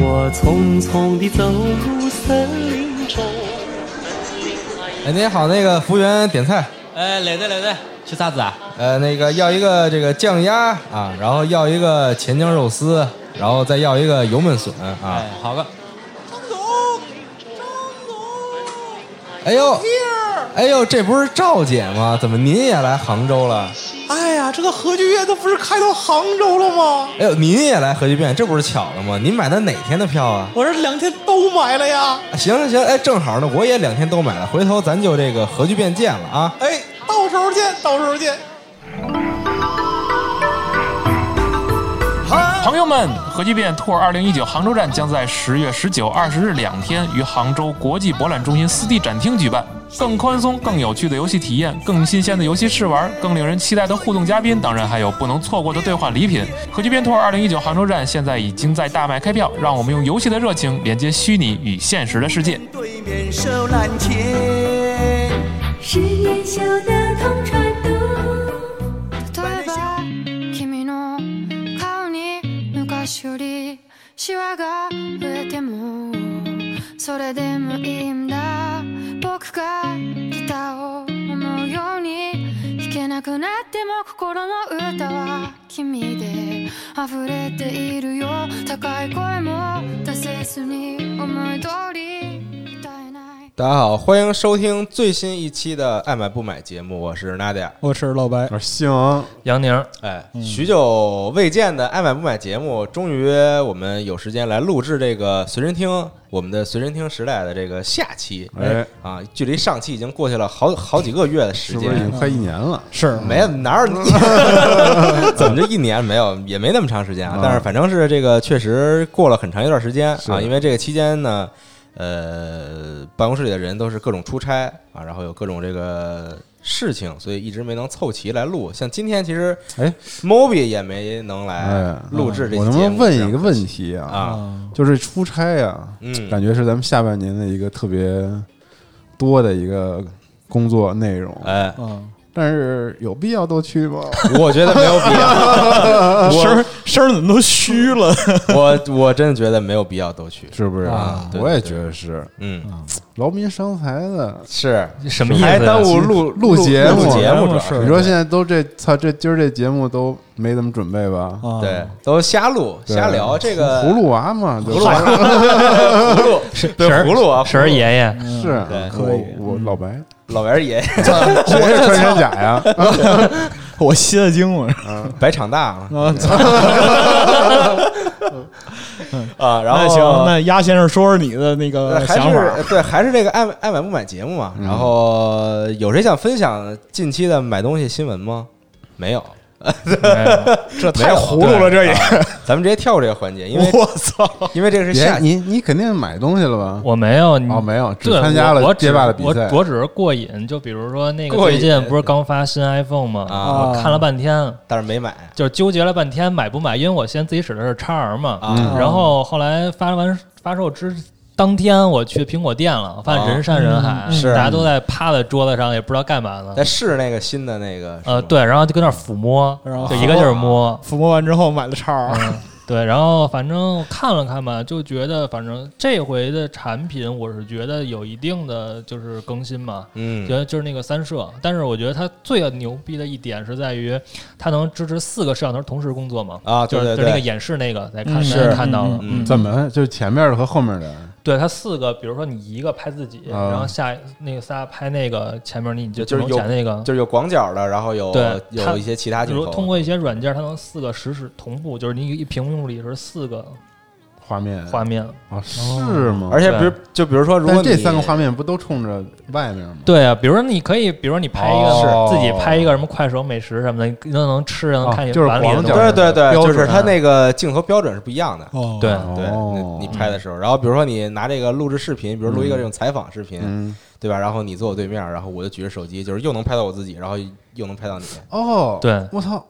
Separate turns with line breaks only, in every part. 我匆匆地走入森林中。
哎，您好，那个服务员点菜，
哎，来的来的，吃啥子啊？
呃，那个要一个这个酱鸭啊，然后要一个钱江肉丝，然后再要一个油焖笋啊。
哎，好个，
哎呦，哎呦，这不是赵姐吗？怎么您也来杭州了？
哎呀，这个核聚变它不是开到杭州了吗？
哎呦，您也来核聚变，这不是巧了吗？您买的哪天的票啊？
我这两天都买了呀。
行行行，哎，正好呢，我也两天都买了，回头咱就这个核聚变见了啊。
哎，到时候见，到时候见。
朋友们，核聚变 Tour 二零一九杭州站将在十月十九、二十日两天于杭州国际博览中心四 D 展厅举办。更宽松、更有趣的游戏体验，更新鲜的游戏试玩，更令人期待的互动嘉宾，当然还有不能错过的兑换礼品。核聚变 Tour 二零一九杭州站现在已经在大卖开票，让我们用游戏的热情连接虚拟与现实的世界。
对面手拦截，
是年少的同船渡。
例えば君の顔に昔よりシワが増えてもそれでもいいんだ僕がギターを思うように弾けなくなっても心の歌は君で溢れているよ高い声も出せずに思い通り歌えない
大家好，欢迎收听最新一期的《爱买不买》节目，我是 Nadia。
我是老白，嗯
我行，
杨宁，
哎，许久未见的《爱买不买》节目，终于我们有时间来录制这个随身听，我们的随身听时代的这个下期。
哎
啊，距离上期已经过去了好好几个月的时
是不是已
间
经，快一年了？
是
没有哪有 怎么就一年没有，也没那么长时间啊
啊。
但是反正是这个确实过了很长一段时间
是
啊，因为这个期间呢。呃，办公室里的人都是各种出差啊，然后有各种这个事情，所以一直没能凑齐来录。像今天其实
哎
Moby 也没能来
哎，
录制这期
我
节
能
目。
不能问
这
一个
样
问题啊？
啊？
就是出差呀，
嗯
感觉是咱们下半年的一个特别多的一个工作内容。
哎，
嗯，
但是有必要都去吗？
我觉得没有必要，
啊声声怎么都虚了？
我我我真的觉得没有必要都去。
是不是
啊对
我也
对
觉得是啊
嗯，
劳民伤财的。
是
什么意思啊
还耽误录
录节目
录节目主要
是
是
你说现在都这操这今儿这节目都没怎么准备吧？
啊
对，都瞎录
对
瞎聊这个
葫芦娃嘛，对吧
葫芦对葫芦啊，
婶儿爷爷，
是
对嗯
可以
我我老白，
老白爷爷
谁是穿山甲呀？
我吸了精我。
白长大嘛
啊，
啊，然
那
后
行，那鸭先生说说你的那
呃
个
还
想法
是。对，还是这个爱买爱买不买节目嘛。然后有谁想分享近期的买东西新闻吗？没有，
这
没
太
有
糊涂了，这也。
咱们直接跳过这个环节，因为
我操！
因为这个是
别
下
你你肯定买东西了吧？
我没有，你
哦，没有，只
对
参加
我我
了
只
街霸的比赛
我。我只是过瘾。就比如说那个
过瘾
最近不是刚发新 iPhone 吗？
啊
我看了半天，
但是没买
就是纠结了半天买不买，因为我现在自己使的是 XR 嘛。
啊
嗯
然后后来发完发售之当天，我去苹果店了，我发现人山人
嗯
海，
是
大家都在趴在桌子上，也不知道干嘛呢
在。试那个新的那个
呃，，对，然后就跟那儿抚摸，
然后
就一个劲儿摸。
抚摸完之后买了叉儿，
嗯，对，然后反正看了看吧，就觉得反正这回的产品，我是觉得有一定的就是更新嘛，觉
嗯，
得就是那个三摄，但是我觉得它最牛逼的一点是在于它能支持四个摄像头同时工作嘛。
啊，对
就
对
是就是那
对，
个演示那个，在看
嗯
在
是
看到了，
嗯
怎么就是前面的和后面的？
对它四个，比如说你一个拍自己，
啊
然后下那个仨拍那个前面，你就
就是
能
有
前那个，
就是有广角的，然后有
对它
有一些其他
比
镜
如
头，
通过一些软件，它能四个实时同步，就是你一屏幕里是四个
画面
画面。
啊，是吗？
哦而且比如
对
就比如说，如果
但这
你
三个画面不都冲着外面吗？
对啊，比如说你可以，比如说你拍一个、
哦
自己拍一个什么快手美食什么的，你都能吃，能
啊
看你
就是
碗里的
广
东
角
西。啊
对对对，
标准
就是它那个镜头标准是不一样的。
哦
对
哦
对，那你拍的时候，然后比如说你拿这个录制视频，比如录一个这种采访视频，
嗯，
对吧？然后你坐我对面，然后我就举着手机，就是又能拍到我自己，然后又能拍到你。
哦，
对
我操，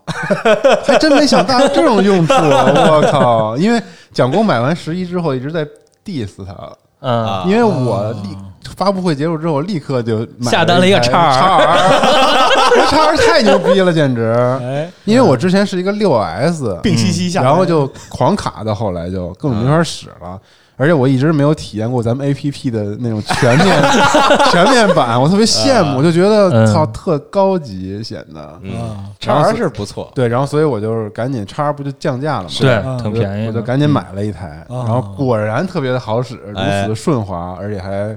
还真没想到这种用处，啊我靠！因为蒋工买完十一之后一直在 diss 他，
嗯，
啊
因为我立发布会结束之后立刻就买
下单了一个
台
叉儿
叉儿， 这叉儿太牛逼了，简直！
哎，
因为我之前是一个六 S，
嗯
病兮兮下
嗯
来，
然后就狂卡，到后来就根本没法使了。而且我一直没有体验过咱们 A P P 的那种全 面 全面版，我特别羡慕，就觉得
嗯
操特高级显得。
嗯，叉
然
R
后是
是不错，
对，然后所以我就是赶紧叉不就降价了嘛，
对，
啊我
挺
就
便宜
我就
的。
赶
嗯
紧买了一台，
哦
然后果然特别的好使，如
哎
此的顺滑，而且还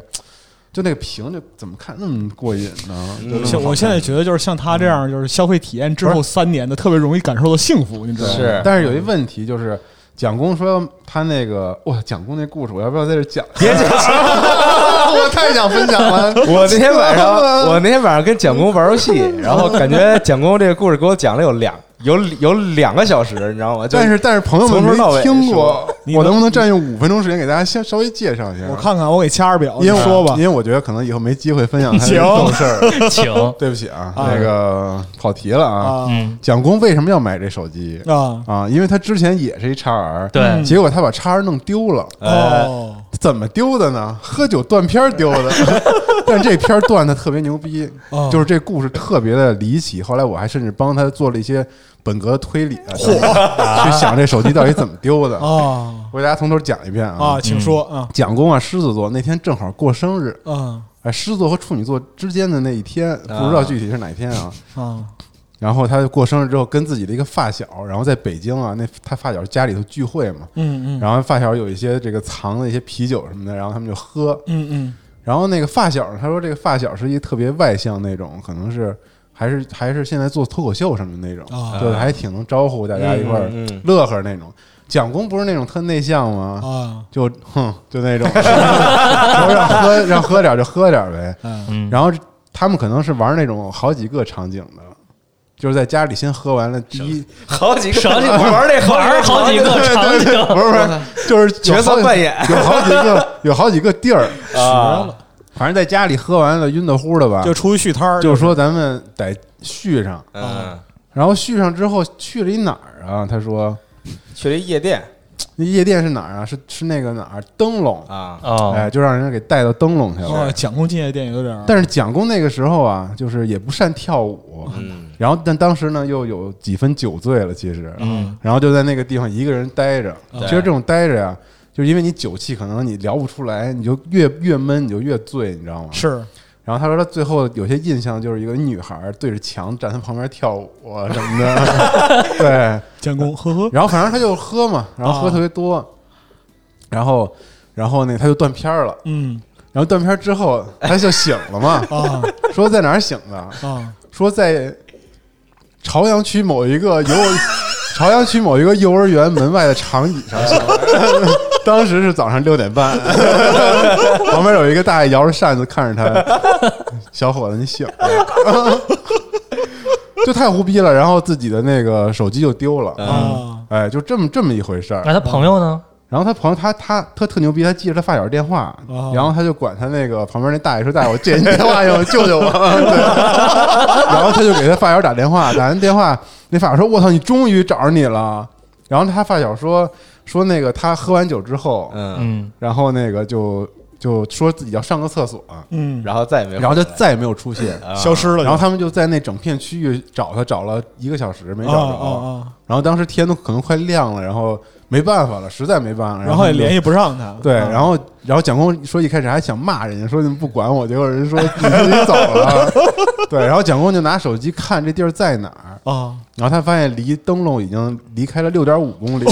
就那个屏就怎么看那么过瘾呢？就
嗯
那
像
么好嗯
我现在觉得，就是像他这样，就是消费体验之后三年的，特别容易感受到幸福，你知道吗？
是
但是有一问题就是，蒋公说他那个哇，蒋公那故事，我要不要在这讲？
别讲
我太想分享了。
我那天晚 上，我那天晚上跟蒋工玩游戏，然后感觉蒋工这个故事给我讲了有两有有两个小时，你知道吗？就
但是但是朋友们
从头到
没
尾
听
是
过，
你
我
能
能不能占用五分钟时间给大家先稍微介绍一下？
我，看看，我给掐二表，你
因为我
说吧
因。为我觉得可能以后没机会分享他
行
的逗 事儿。
请，
对不起啊，
啊
那个跑题了啊。
啊
嗯，
蒋公为什么要买这手机
啊
啊？因为他之前也是一叉 R，
嗯
对，
结果他把叉 R 弄丢了。哎
哦，
怎么丢的呢？喝酒断片儿丢的， 但这片儿断的特别牛逼，
哦
就是这故事特别的离奇。后来我还甚至帮他做了一些本格推理啊，去想这手机到底怎么丢的。
啊
我给大家从头讲一遍啊。
啊，请说啊
蒋公啊，狮子座那天正好过生日，
啊
哎，狮子座和处女座之间的那一天，不知道具体是哪天啊。
啊
然后他就过生日之后，跟自己的一个发小，然后在北京啊，那他发小家里头聚会嘛，
嗯嗯
然后发小有一些这个藏的一些啤酒什么的，然后他们就喝，
嗯嗯
然后那个发小，他说这个发小是一特别外向那种，可能是还是还是现在做脱口秀什么的那种，
啊
对，还挺能招呼大家一块儿
嗯嗯
乐呵那种。蒋公不是那种特内向吗？
啊
就哼，就那种， 说让喝让喝点儿就喝点儿呗。
嗯
嗯，
然后他们可能是玩那种好几个场景的，就是在家里先喝完了第一，
好几个
少几个
玩这
玩儿 好几个场景，
不是不是，就是有
角色
好几
扮演
有好几个有好几个地儿，
啊，
反正在家里喝完了晕的乎的吧，
就出去续摊儿，
就说咱们得续上，
嗯，
然后续上之后去了一哪儿啊？他说
去了一夜店
那夜店是哪儿啊？是是那个哪儿灯笼，
啊，
哦，
哎，就让人家给带到灯笼去
啊，
了。
蒋公进夜店也有点儿，
但是蒋公那个时候啊，就是也不善跳舞，
嗯
然后但当时呢又有几分酒醉了，其实，
嗯，
然后就在那个地方一个人待着。
对
其实这种待着呀，就是因为你酒气可能你聊不出来，你就越越闷，你就越醉，你知道吗？
是
然后他说他最后有些印象就是一个女孩对着墙站他旁边跳舞啊什么的， 对。
蒋公，呵呵，
然后反正他就喝嘛，然后喝特别多，然后然后那他就断片儿了，
嗯，
然后断片儿之后他就醒了嘛
啊
说在哪儿醒的？
啊
说在朝阳区某一个游 朝阳区某一个幼儿园门外的长椅上 醒的。当时是早上六点半， 旁边有一个大爷摇着扇子看着他，小伙子，你醒了， 就太胡逼了。然后自己的那个手机就丢了，
啊
哎，就这么这么一回事儿。
那他朋友呢？
然后他朋友他他他特牛逼，他记着他发小电话，
哦
然后他就管他那个旁边那大爷说：“大爷，我借你电话用，救救 我。”对，然后他就给他发小打电话，打完电话，那发小说：“我操，你终于找着你了。”然后他发小说说那个他喝完酒之后，
嗯，
嗯，
然后那个就就说自己要上个厕所，
嗯，
然后再也没回来，
然后就再也没有出现。
啊
消失了就，
然后他们就在那整片区域找他，找了一个小时没找
啊
着。
啊
然后当时天都可能快亮了，然后没办法了，实在没办法了，
啊，然后也
他们就
联系不上他，
对，
啊
然后然后蒋公说一开始还想骂人家，说你们不管我，结果人家说你自己走了。 对，然后蒋公就拿手机看这地儿在哪儿，
啊
然后他发现离灯笼已经离开了六点五公里了，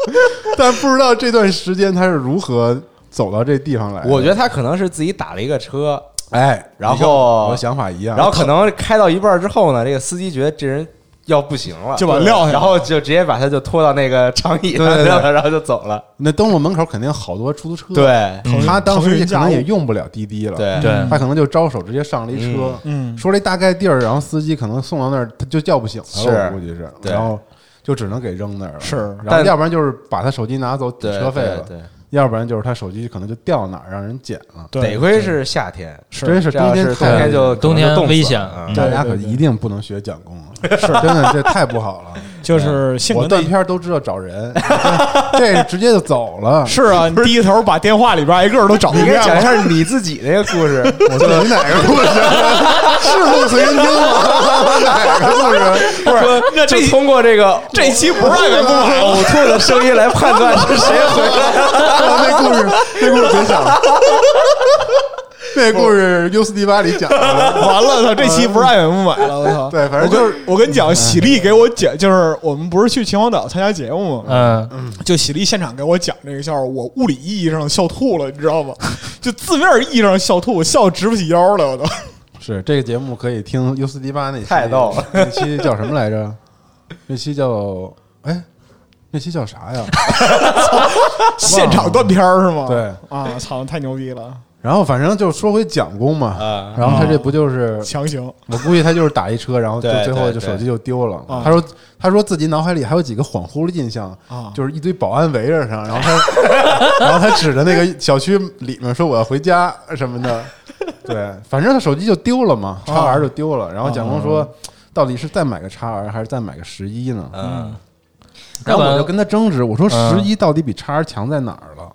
但不知道这段时间他是如何走到这地方来的。
我觉得他可能是自己打了一个车，
哎，
然
你跟我
后
我想法一样，
然后可能开到一半之后呢，这个司机觉得这人要不行了，
就把他撂下了
然后就直接把他就拖到那个长椅上
对对对
撂 下，然后就走了。
那灯笼门口肯定有好多出租车，，
对
他当
腾
时
云
也可
驾
能
雾
也用不了滴滴了，
对
对
他可能就招手直接上了一车。
嗯
说了一大概地儿，然后司机可能送到那儿，他就叫不醒他
是
了，我估计是，
对
然后就只能给扔那儿了。
是
然后
但
要不然就是把他手机拿走抵
对
车费啊了，
对
要不然就是他手机可能就掉哪儿让人捡了。
对，
对
得亏是夏天，
是
真是
这
冬
要
天
是
太
冬天就
冬天
可能就冻死
危险
了
嗯
大家可
对对对
一定不能学蒋公啊！是真的，这太不好了。
就是性
我
格
断
那
片儿都知道找人， 这直接就走了。
是啊，你低头把电话里边挨个儿都找
你
一
给
遍
讲一
了，
下你自己那个故事，
我说你哪个故事？是陆随云听吗？哪哪个故事？
不是，那就通过这个这期不 rap 不买 呕吐的声音来判断是谁回来。
啊那故事，那故事别 想了。那故事优斯迪巴里讲的，
完了，他这期不让人不买了，我操！
对反正
我跟
就是
我跟你讲，喜力给我讲，就是我们不是去秦皇岛参加节目吗？
嗯，
就喜力现场给我讲这个笑话，我物理意义上笑吐了，你知道吗？ 就字面意义上笑吐，我笑直不起腰来，我都。
是这个节目可以听优斯迪巴那期
太逗了。
那期叫什么来着？那期叫哎，那期叫啥呀？
现场断片儿是吗？
对
啊，操，太牛逼了，
然后反正就说回蒋公嘛，
啊
然后他这不就是
强行
我估计他就是打一车，然后就
对
最后
对
就
对
手机就丢了
啊。
他说他说自己脑海里还有几个恍惚的印象
啊，
就是一堆保安围着上，然后他 然后他指着那个小区里面说我要回家什么的。对，反正他手机就丢了
啊
嘛，叉 R 就丢了。然后蒋工说，到底是再买个叉 R 还是再买个十一呢？
嗯，
然后我就跟他争执，我说
嗯
十一到底比叉 R 强在哪儿了？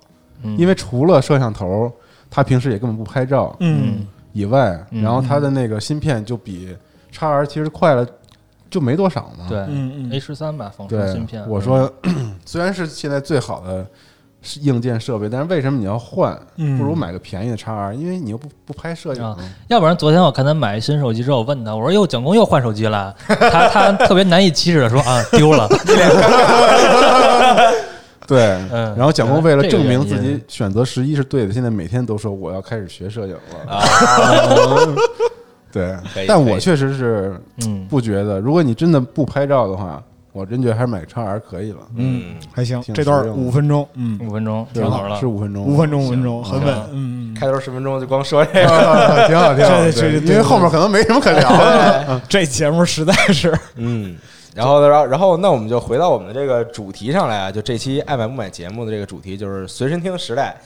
因为除了摄像头，他平时也根本不拍照。
嗯
以外，
嗯
然后它的那个芯片就比叉 R 其实快了就没多少嘛。
对
嗯
，A
嗯，
十三吧，仿生
对
芯片。
我说 虽然是现在最好的是硬件设备，但是为什么你要换？
嗯
不如买个便宜的叉 R，因为你又不不拍摄影
啊。要不然昨天我看他买新手机之后，我问他，我说：“哟，蒋工又换手机了。” 他他特别难以启齿的说：“啊，丢了。
对，
嗯
然后蒋工为了
这个
证明
原因
自己选择十一是对的，现在每天都说我要开始学摄影了。
啊，
对
可以，
但
可
我
以
确实是”
嗯，
不觉得，如果你真的不拍照的话，我真觉得还是买个叉 R 可以了。
嗯，
还行，
挺
这段
实用的
五分钟，嗯，
五分钟
对
挺好了
是。五分钟，
五分钟，五分钟，
行
很稳
行，
嗯，嗯
开头十分钟就光说这个，
啊 挺好，挺好，
这
对
这
因为后面可能没什么可聊的。
这节目实在是，
嗯。然后呢，然后然后那我们就回到我们的这个主题上来啊，就这期爱买不买节目的这个主题就是随身听时代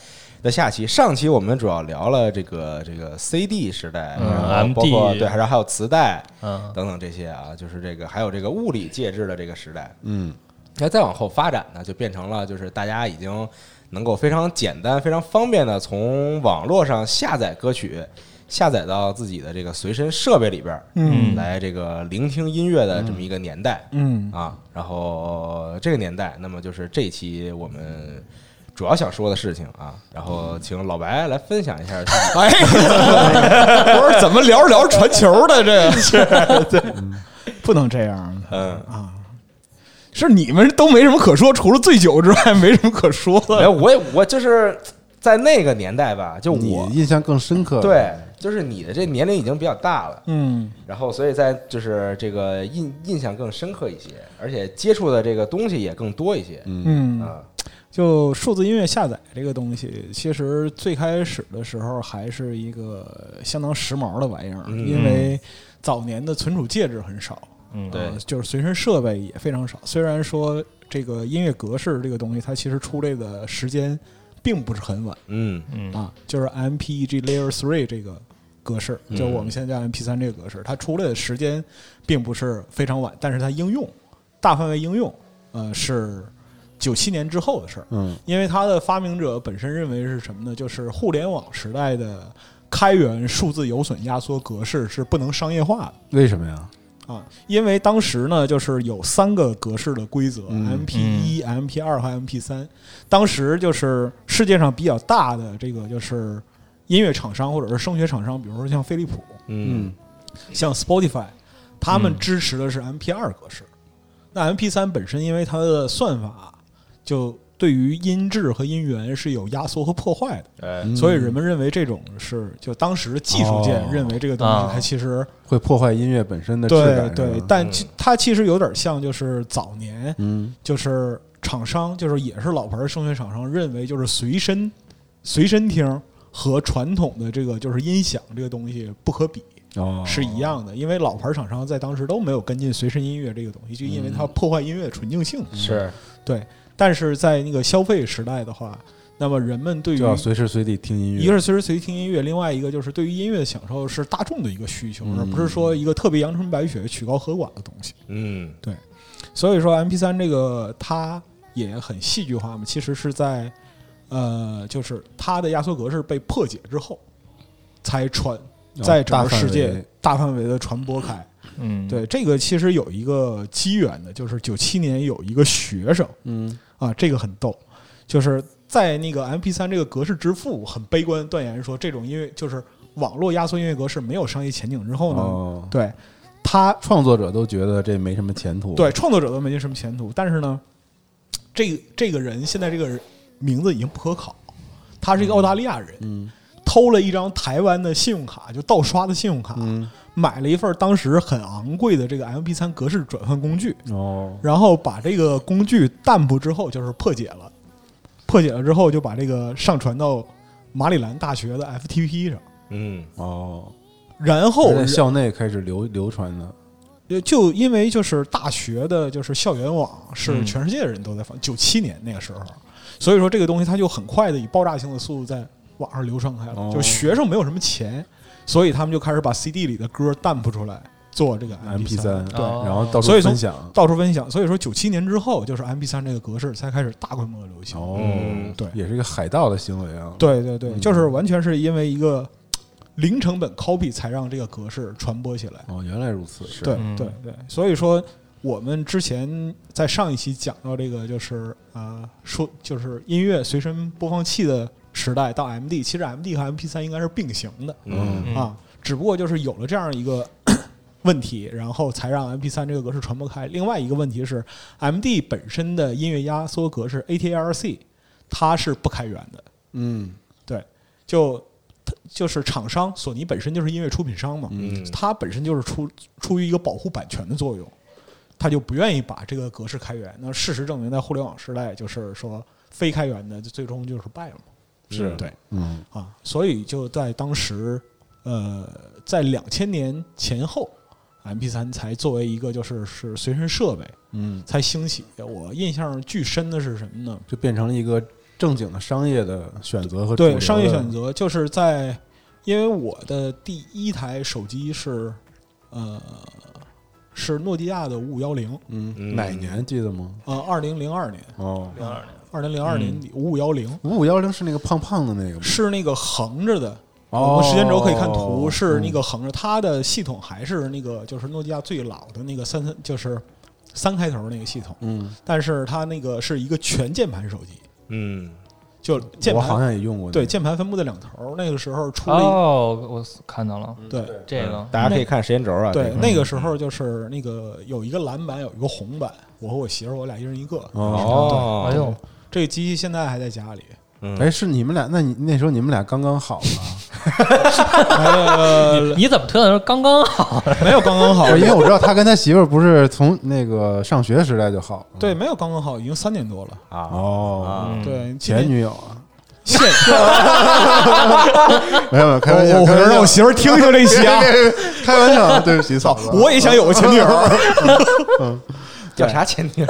的下期。上期我们主要聊了这个这个 CD 时代，
嗯
然后包括
MD
对，然后还有磁带
嗯
等等这些啊，就是这个还有这个物理介质的这个时代。
嗯，
那再往后发展呢，就变成了就是大家已经能够非常简单、非常方便的从网络上下载歌曲，下载到自己的这个随身设备里边儿，
嗯
来这个聆听音乐的这么一个年代，
嗯
啊，然后这个年代，那么就是这期我们。主要想说的事情啊，然后请老白来分享一下自己。
哎，我说怎么聊着聊着传球的？这是对， 不能这样。
嗯，
是你们都没什么可说，除了醉酒之外，没什么可说
哎，
的。
我也我就是在那个年代吧，就
你
我
印象更深刻。
对，就是你的这年龄已经比较大了，
嗯
然后所以在就是这个印印象更深刻一些，而且接触的这个东西也更多一些。
嗯，
啊，
就数字音乐下载这个东西，其实最开始的时候还是一个相当时髦的玩意儿，
嗯
因为早年的存储介质很少，
嗯，
对
呃就是随身设备也非常少。虽然说这个音乐格式这个东西，它其实出来的时间并不是很晚。
嗯
嗯
啊，就是 MPEG Layer Three 这个格式，
嗯
就我们现在 MP 3这个格式，它出来的时间并不是非常晚，但是它应用大范围应用，呃，是九七年之后的事儿。
嗯
因为它的发明者本身认为是什么呢？就是互联网时代的开源数字有损压缩格式是不能商业化的。
为什么呀？
啊，因为当时呢，就是有三个格式的规则
嗯
，MP 一、MP 二和 MP 三。当时就是世界上比较大的这个就是音乐厂商或者是声学厂商，比如说像飞利浦、
嗯，
像 Spotify，他们
嗯
支持的是 MP 二格式。那 MP 三本身因为它的算法就对于音质和音源是有压缩和破坏的，
哎，
嗯
所以人们认为这种是就当时技术界
哦
认为这个东
啊
西它其实、
会破坏音乐本身的质
对
感。是
对
吧，
但
嗯
其它其实有点像，就是早年
嗯
就是厂商，就是也是老牌儿声学厂商认为，就是随身随身听和传统的这个就是音响这个东西不可比，
哦
是一样的。因为老牌儿厂商在当时都没有跟进随身音乐这个东西，就因为
嗯
它破坏音乐纯净性。
是
对，但是在那个消费时代的话，那么人们对于
就要随时随地听音乐。
一个是随时随地听音乐，另外一个就是对于音乐的享受是大众的一个需求，
嗯
而不是说一个特别阳春白雪、曲高和寡的东西。
嗯
所以说，M P 三这个它也很戏剧化嘛，其实是在呃，就是它的压缩格式被破解之后，才传在整个世
哦大范
界
围
大范围的传播开。
嗯，
对，这个其实有一个机缘的，就是九七年有一个学生
嗯
啊，这个很逗，就是在那个 MP 3这个格式之父很悲观断言说，这种音乐就是网络压缩音乐格式没有商业前景之后呢，
哦，
对他
创作者都觉得这没什么前途。
对，创作者都没什么前途，但是呢，这个这个人现在这个人名字已经不可考，他是一个澳大利亚人，
嗯
偷了一张台湾的信用卡，就盗刷的信用卡，
嗯
买了一份当时很昂贵的这个 MP 3格式转换工具，
哦
然后把这个工具弹破之后，就是破解了，破解了之后就把这个上传到马里兰大学的 FTP 上，
嗯，
哦，
然后
在校内开始流流传的。
呃就因为就是大学的，就是校园网是
嗯
全世界的人都在放，九七年那个时候，所以说这个东西它就很快的以爆炸性的速度在网上流传开了。
哦
就是学生没有什么钱，所以他们就开始把 CD 里的歌弹谱出来做这个
MP
三
三，，
对，
哦
然后到处
所以从
分享。
到处分享。所以说九七年之后，就是 MP 三这个格式才开始大规模的流行。
哦，
嗯
对
也是一个海盗的行为啊。
对对对，
嗯
就是完全是因为一个零成本 copy 才让这个格式传播起来。
哦，原来如此。是
对
嗯
对对，所以说我们之前在上一期讲到这个，就是呃，说就是音乐随身播放器的时代到 M D，其实 M D 和 M P 三应该是并行的、
嗯
嗯
啊，只不过就是有了这样一个 问题，然后才让 M P 三这个格式传播开。另外一个问题是，M D 本身的音乐压缩格式 A T A R C，它是不开源的，
嗯
就就是厂商索尼本身就是音乐出品商嘛，
嗯
它本身就是出出于一个保护版权的作用，它就不愿意把这个格式开源。那事实证明，在互联网时代，就是说非开源的最终就是败了嘛。
是
对
嗯
啊，所以就在当时，呃，在两千年前后，MP 3才作为一个就是是随身设备
嗯，
才兴起。我印象巨深的是什么呢？
就变成了一个正经的商业的选择和主流
对
的
商业选。择，就是在因为我的第一台手机是呃是诺基亚的五五幺零，
嗯，
嗯
哪年记得吗？
呃，二零零二年，
哦，
零二年，
二零零二
嗯
年五五幺零
五五幺零是那个胖胖的那个吗？
是那个横着的。
哦
我们时间轴可以看图，是那
嗯
个横着，它的系统还是那个，就是诺基亚最老的那个三三，就是三开头那个系统，
嗯，
但是它那个是一个全键盘手机，
嗯，
就键
我好
盘
像也用过那
对
个。
键盘分布在两头，那个时候出了一
哦，我看到了
对
这个，
大家可以看时间轴啊。
对，
这个
那个时候就是那个有一个蓝版，有一个红版，我和我媳妇儿我俩一人一个。
哦，
哦，
哎呦，
这个机器现在还在 家里，
嗯，
哎，是你们俩？那你那时候你们俩刚刚好吧？
你怎么特能刚刚啊好？
呃没有刚刚好，
因为我知道他跟他媳妇儿不是从那个上学时代就好了。
对，没有刚刚好，已经三年多了。
啊，
哦，
嗯
对，今
前
年
女友啊，
现，
没有没有， 开玩笑，
我
开玩
哦让
笑，
我媳妇儿听听 这期啊，
开玩笑，对不起，嫂子，
我也想有个前女友。
叫啥前提？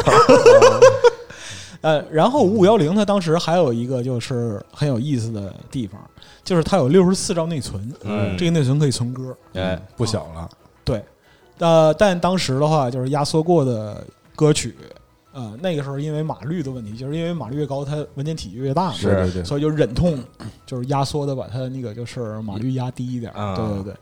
呃，然后五五幺零它当时还有一个就是很有意思的地方，就是它有六十四兆内存，
嗯
这个内存可以存歌。
哎，
不小了，
对，呃，但当时的话就是压缩过的歌曲，呃，那个时候因为码率的问题，就是因为码率越高，它文件体积越大嘛，
是
对对对，
所以就忍痛就是压缩的把它那个就是码率压低一点，
啊
对对对，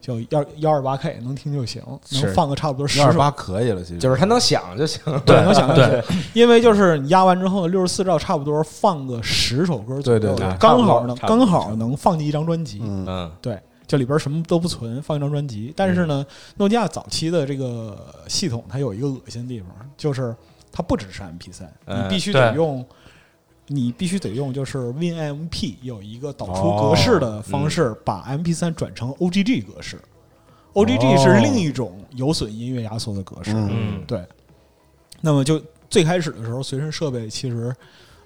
就幺幺二八 K 能听就行，
是
能放个差不多十
幺二
首
八可以了，其实
就是他能想就行。
对，能想象
对
因为就是你压完之后，六十四兆差不多放个十首歌左右，
对对对
刚好能
差不多
刚好能放进一张专辑，
嗯
嗯
对，这里边什么都不存，放一张专辑。但是
嗯
呢，诺基亚早期的这个系统，它有一个恶心的地方，就是它不只是 MP 三，
嗯
哎
你必须得
对
用，你必须得用就是 WinMP 有一个导出格式
哦
的
嗯
方式，把 MP 三转成 OGG 格式。OGG 是另一种有损音乐压缩的格式，
嗯
对。那么就最开始的时候，随身设备其实，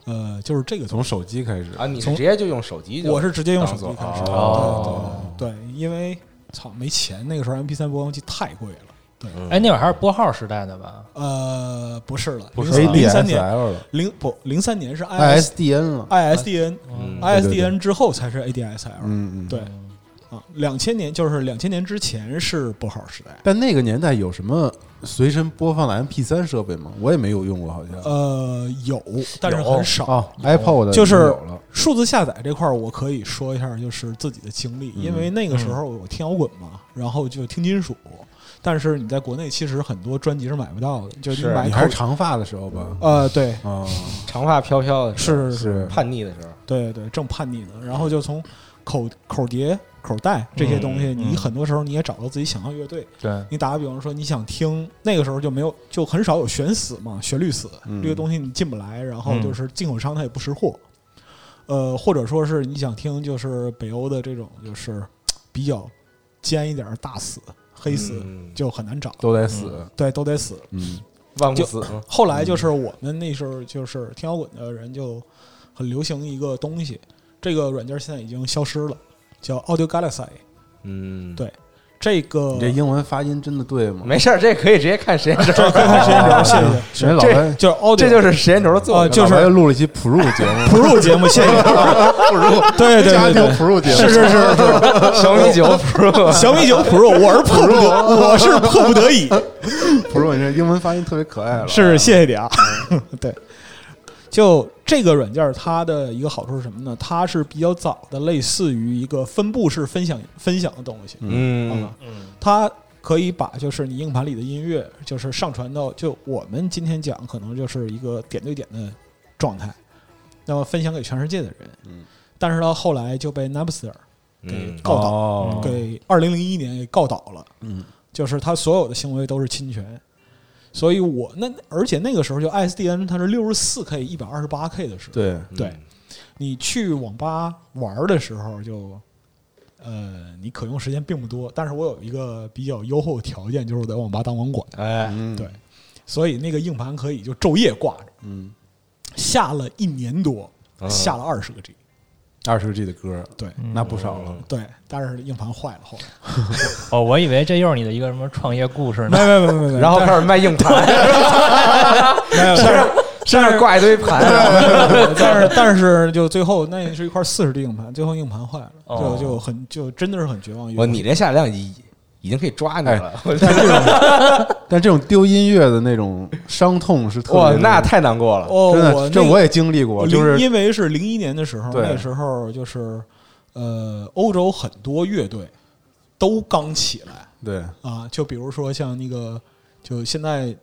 呃，就是这个东西
从手机开始
啊，你是
从
直接就用手机就？
我是直接用手机
当做
开始，
哦
对对对对，因为操没钱，那个时候 MP 三播放器太贵了。
哎，那会儿还是拨号时代的吧？
呃，不是了，
不是
零零三年，啊
ADSL 了
零不零三年是 IS
，ISDN 了，
ISDN
嗯
ISDN 之后才是 ADSL，
嗯嗯，
对，啊。两千年就是两千年之前是拨号时代，
但那个年代有什么随身播放的 MP 三设备吗？我也没有用过，好像。
呃，有，但是很少。
啊，iPod
就是
有了，
数字下载这块儿，我可以说一下就是自己的经历，
嗯
因为那个时候我听摇滚嘛，然后就听金属，但是你在国内其实很多专辑是买不到的，就是
是
你买
你还是
口
长发的时候吧？
呃，对，
啊，
长发飘飘的时候，
是是
是
叛逆的时候，
对对对，正叛逆呢，然后就从口口碟、口袋这些东西，
嗯
你很多时候你也找到自己想要乐队。
对，
你打个比方说，你想听那个时候就没有，就很少有悬死嘛，旋律死、
嗯
这个东西你进不来，然后
嗯
就是进口商他也不识货，呃，或者说是你想听就是北欧的这种就是嘖比较尖一点儿大死黑死、
嗯
就很难找，
都得死。
对，都得死。
嗯，
万物
就
死嘛
后来就是我们那时候就是听摇滚的人就很流行一个东西，这个软件现在已经消失了，叫 Audio Galaxy。
嗯，
对这个
你这英文发音真的对吗？
没事儿，这可以直接看实验 轴，
时间轴，谢谢。
人家老白，
就是 Audio，
这就是实验轴的作
啊
用。
就
老
是
白又录了一期 Pro 节目
普入节目，谢 谢。
，Pro
对对
家
对
庭
对，
Pro 节目
是是是是，
小米九 Pro，
小米九 Pro，我是迫不得，我是迫不得已，
，Pro 你这英文发音特别可爱了。
是谢谢你啊。
嗯
对，就这个软件儿它的一个好处是什么呢？它是比较早的，类似于一个分布式分享分享的东西。
嗯
啊，它可以把就是你硬盘里的音乐，就是上传到就我们今天讲，可能就是一个点对点的状态，那么分享给全世界的人。
嗯，
但是到后来就被 Napster 给
嗯，
告倒，
哦
给二零零一年给告倒了，
嗯，
就是他所有的行为都是侵权。所以我那而且那个时候就 ISDN 它是六十四 K 一百二十八 K 的时候，
对，
嗯
对，你去网吧玩儿的时候就，呃，你可用时间并不多。但是我有一个比较优厚的条件，就是我在网吧当网管，
哎，
嗯
对，所以那个硬盘可以就昼夜挂着，
嗯，哦
下了一年多，
嗯
下了二十个 G，
二十个 G 的歌，
对
那不少了。
对，但是硬盘坏了，后来
哦，我以为这又是你的一个什么创业故 事呢？
没没没没没，
然后开始卖硬盘，
但是
身上挂一堆盘，
但是但是就最后那是一块四十 G 硬盘，最后硬盘坏了，就
哦
就很就真的是很绝望。
哦
我你这下载量已已经可以抓你了，我
但这种，但这种丢音乐的那种伤痛是特 别
哇
的，
那太难过了，
哦，
真
我
的，这
那
我也经历过，
零
就是
因为是零一年的时候，
对
那时候就是呃，欧洲很多乐队都刚起来
对，
嗯
啊，就比如说像那个就现在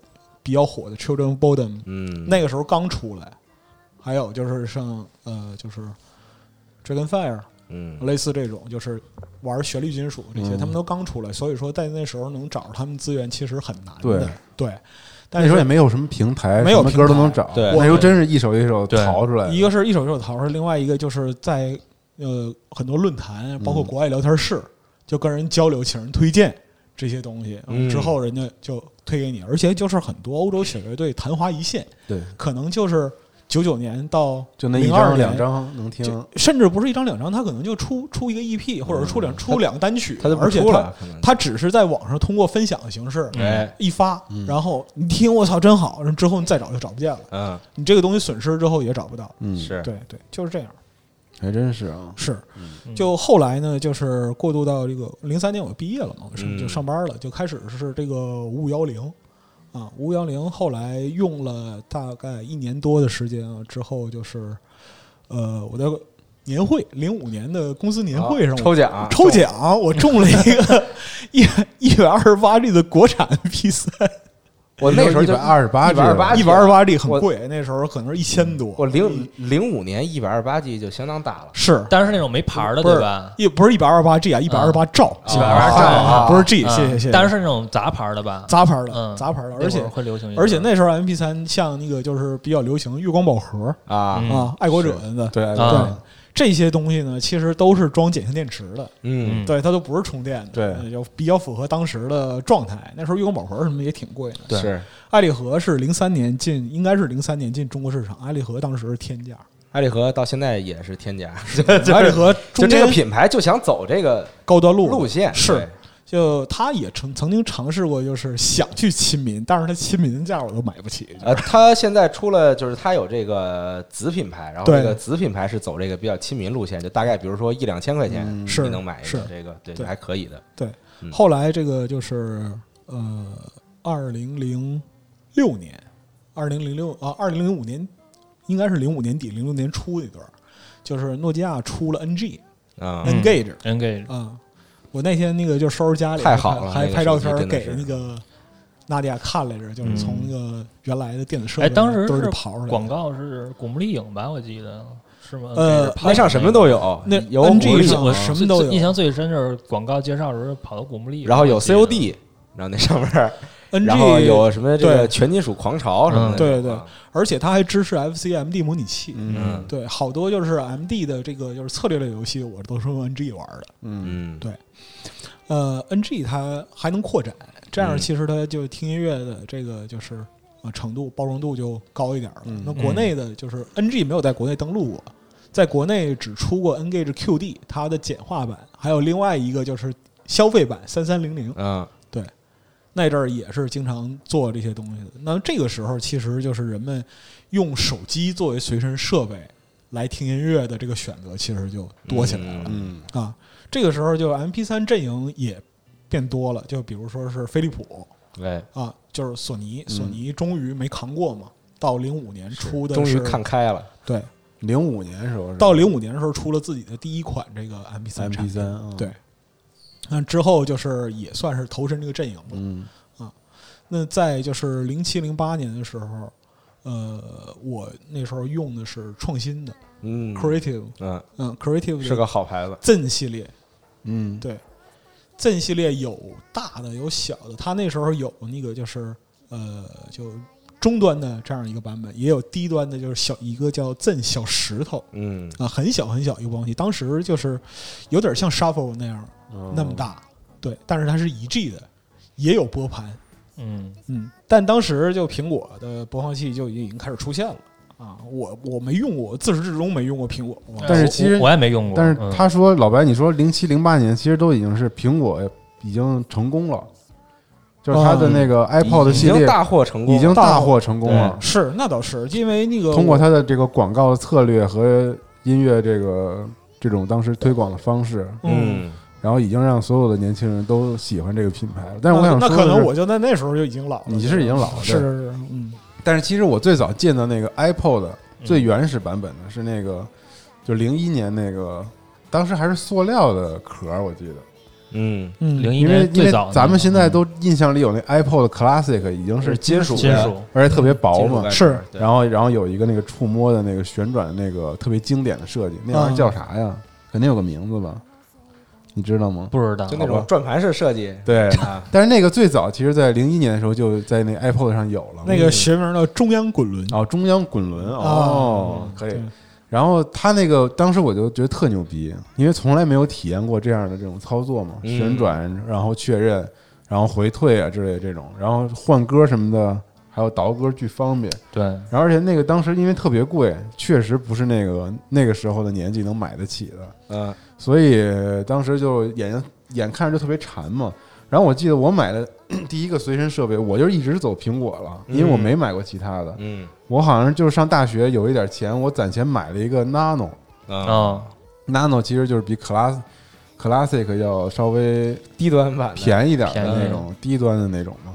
比较火的 Children of Bodom，、
嗯，
那个时候刚出来，还有就是像呃，就是 Dragonfire，
嗯
类似这种就是玩旋律金属这些，
嗯
他们都刚出来，所以说在那时候能找着他们资源其实很难的。
对
但
那时候也
是
没有什么平台，
没有
什么歌都能找。
平台对
那时候真是一首一首
对
淘出来的。
一个是一手一手淘出来，另外一个就是在呃很多论坛，包
嗯
括国外聊天室，就跟人交流，请人推荐这些东西，
嗯
之后人家就推给你，而且就是很多欧洲小乐队昙花一现，
对，
可能就是九九年到
就那一
02
张两
年。
张能听，
嗯
就甚至不是一张两张，他可能就出出一个 EP，或者出两出两个单曲，
他就不
而且
出
他
了可能
他只是在网上通过分享的形式
哎，
一发，然后你听我操真好，然后之后你再找就找不见了，
嗯，
你这个东西损失之后也找不到。
嗯，
是，
对对，就是这样。
还真是啊。
是，
嗯
嗯
就后来呢，就是过渡到这个零三年我毕业了嘛，我是
嗯
就上班了，就开始是这个五五幺零啊，五五幺零后来用了大概一年多的时间啊，之后就是呃，我在年会零五年的公司年会上、
抽奖，
抽奖，我中了一个一一百二十八 G 的国产 P 三，
我那时候就
128
一百二十八，
一百二十八 G 很
我
贵，那时候可能是一千多，
我零零五年一百二十八 G 就相当大了，
是
但是那种没牌儿的，
不
对
是
吧？
也不是一百二十八 G 啊，一百二十八兆，
一百二十
兆
啊
啊
不是 G，
嗯
谢谢谢谢。
但是那种杂牌儿的吧，
杂牌儿的，
嗯
杂牌儿的，
那
而且
会儿会流行一点，
而且那时候 MP 三像那个就是比较流行月光宝盒
啊，
嗯
啊、爱国者的，
对
啊
对这些东西呢，其实都是装碱性电池的，
嗯
嗯
对，它都不是充电的，
对
呃，就比较符合当时的状态。那时候月光宝盒什么也挺贵的，
对，是
爱丽盒是零三年进，应该是零三年进中国市场，爱丽盒当时是天价，
爱丽和到现在也 是天价，就
爱丽盒
就
中
这
间
个品牌就想走这个
高端路
路线，
是
对。
就他也曾曾经尝试过，就是想去亲民，但是他亲民的价我都买不起。
呃，它现在出了，就是它有这个子品牌，然后
对
这个子品牌是走这个比较亲民路线，就大概比如说一两千块钱，
是
你能买一个
是
这个，对，
对
还可以的。
对
嗯，
后来这个就是呃，二零零六年，二零零六啊，二零零五年应该是零五年底零六年初那段儿，就是诺基亚出了 NG
嗯，
嗯
Engage
，Engage
啊，我那天那个就收拾家里
太好了
还
那个
拍照
手
片儿
机真的
给
是嗯
那个娜迪亚看来着，就是从那个原来的电子设备
哎，当时
兜
是
里刨出来的
广。告是古墓丽影吧？我记得是吗？
呃
给着拍
那上什么都有，
那
有
NG
鼓励
上
我
什么都有
印象最深就是广告介绍的时候跑到古墓丽影，
然后有
我记得
COD，然后那上面儿，
NG
然后有什么这个
对
全金属狂潮什么的，啊
嗯
对对，而且它还支持 FCMD 模拟器。
嗯
对，好多就是 MD 的这个就是策略类游戏，我都是用 NG 玩的。
嗯，
呃，NG 它还能扩展，这样
嗯
其实它就听音乐的这个就是呃程度包容度就高一点了。
嗯
那国内的就是 NG 没有在国内登陆过，在国内只出过 Engage QD 它的简化版，还有另外一个就是消费版三三零零。
嗯
那阵儿也是经常做这些东西的。那这个时候，其实就是人们用手机作为随身设备来听音乐的这个选择，其实就多起来了、
嗯
啊。这个时候，就 M P 三阵营也变多了，就比如说是飞利浦
对，
啊，就是索尼，索尼终于没扛过嘛。到零五年出
嗯
的
终于
是
看开了，
对，
零五年时候是
到零五年的时候出了自己的第一款这个 M P 三
M
产
P
品，
嗯
三，嗯
对，那之后就是也算是投身这个阵营了。
嗯
那在就是零七零八年的时候，呃，我那时候用的是创新的
嗯
Creative，
嗯，
嗯，Creative 的
是个好牌子，
Zen 系列，
嗯，
对，Zen 系列有大的有小的，它那时候有那个就是呃就中端的这样一个版本，也有低端的，就是小一个叫 Zen 小石头
嗯
啊，很小很小一个东西，当时就是有点像 Shuffle 那样
哦
那么大，对，但是它是一 G 的，也有拨盘，
嗯，
嗯，但当时就苹果的播放器就已经开始出现了啊，我我没用过，我自始至终没用过苹果播放器。
但是其实
我我也没用过，
但
嗯
是他说老白，你说零七零八年其实都已经是苹果已经成功了，就是它的那个
已
iPod 系
经
列
大获成功，
已经
大
大获成功了，
是，那倒是，因为那个
通过它的这个广告策略和音乐这个这种当时推广的方式，
嗯，
嗯，
然后已经让所有的年轻人都喜欢这个品牌了。但是我
那
想
啊那
说的是，
可能我就在那时候就已经老了，
你是已经老了，
是是
对
是，嗯，
但是其实我最早见到那个 iPod
嗯
最原始版本的是那个，就零一年那个，当时还是塑料的壳儿，我记得。
嗯
嗯
零一
因为
年
因
最
为
早的那个，
咱们现在
嗯
都印象里有那 iPod Classic 已经是金属的，
金属
而且特别薄
金属
嘛
外。壳
是
对
然后然后有一个那个触摸的那个旋转那个特别经典的设计，那
啊
玩意儿叫啥呀？肯定有个名字吧？你知道吗？
不知道
就那种转盘式设计，
对，
啊，
但是那个最早其实在零一年的时候就在那 iPod 上有了嘛
那个学名叫中央滚轮，
嗯哦，中央滚轮
啊
哦，可以
对。
然后他那个当时我就觉得特牛逼，因为从来没有体验过这样的这种操作嘛，
嗯
旋转，然后确认，然后回退啊之类的这种，然后换歌什么的，还有倒歌巨方便。
对，
然后而且那个当时因为特别贵，确实不是那个那个时候的年纪能买得起的，
嗯
所以当时就眼睛眼看着就特别馋嘛。然后我记得我买的 第一个随身设备，我就一直走苹果了，因为我
嗯
没买过其他的。
嗯
我好像就是上大学有一点钱，我攒钱买了一个 Nano。
啊，
啊，
Nano 其实就是比 Class Classic 要稍微
低端版的
便宜点的
便宜
那种低端的那种嘛。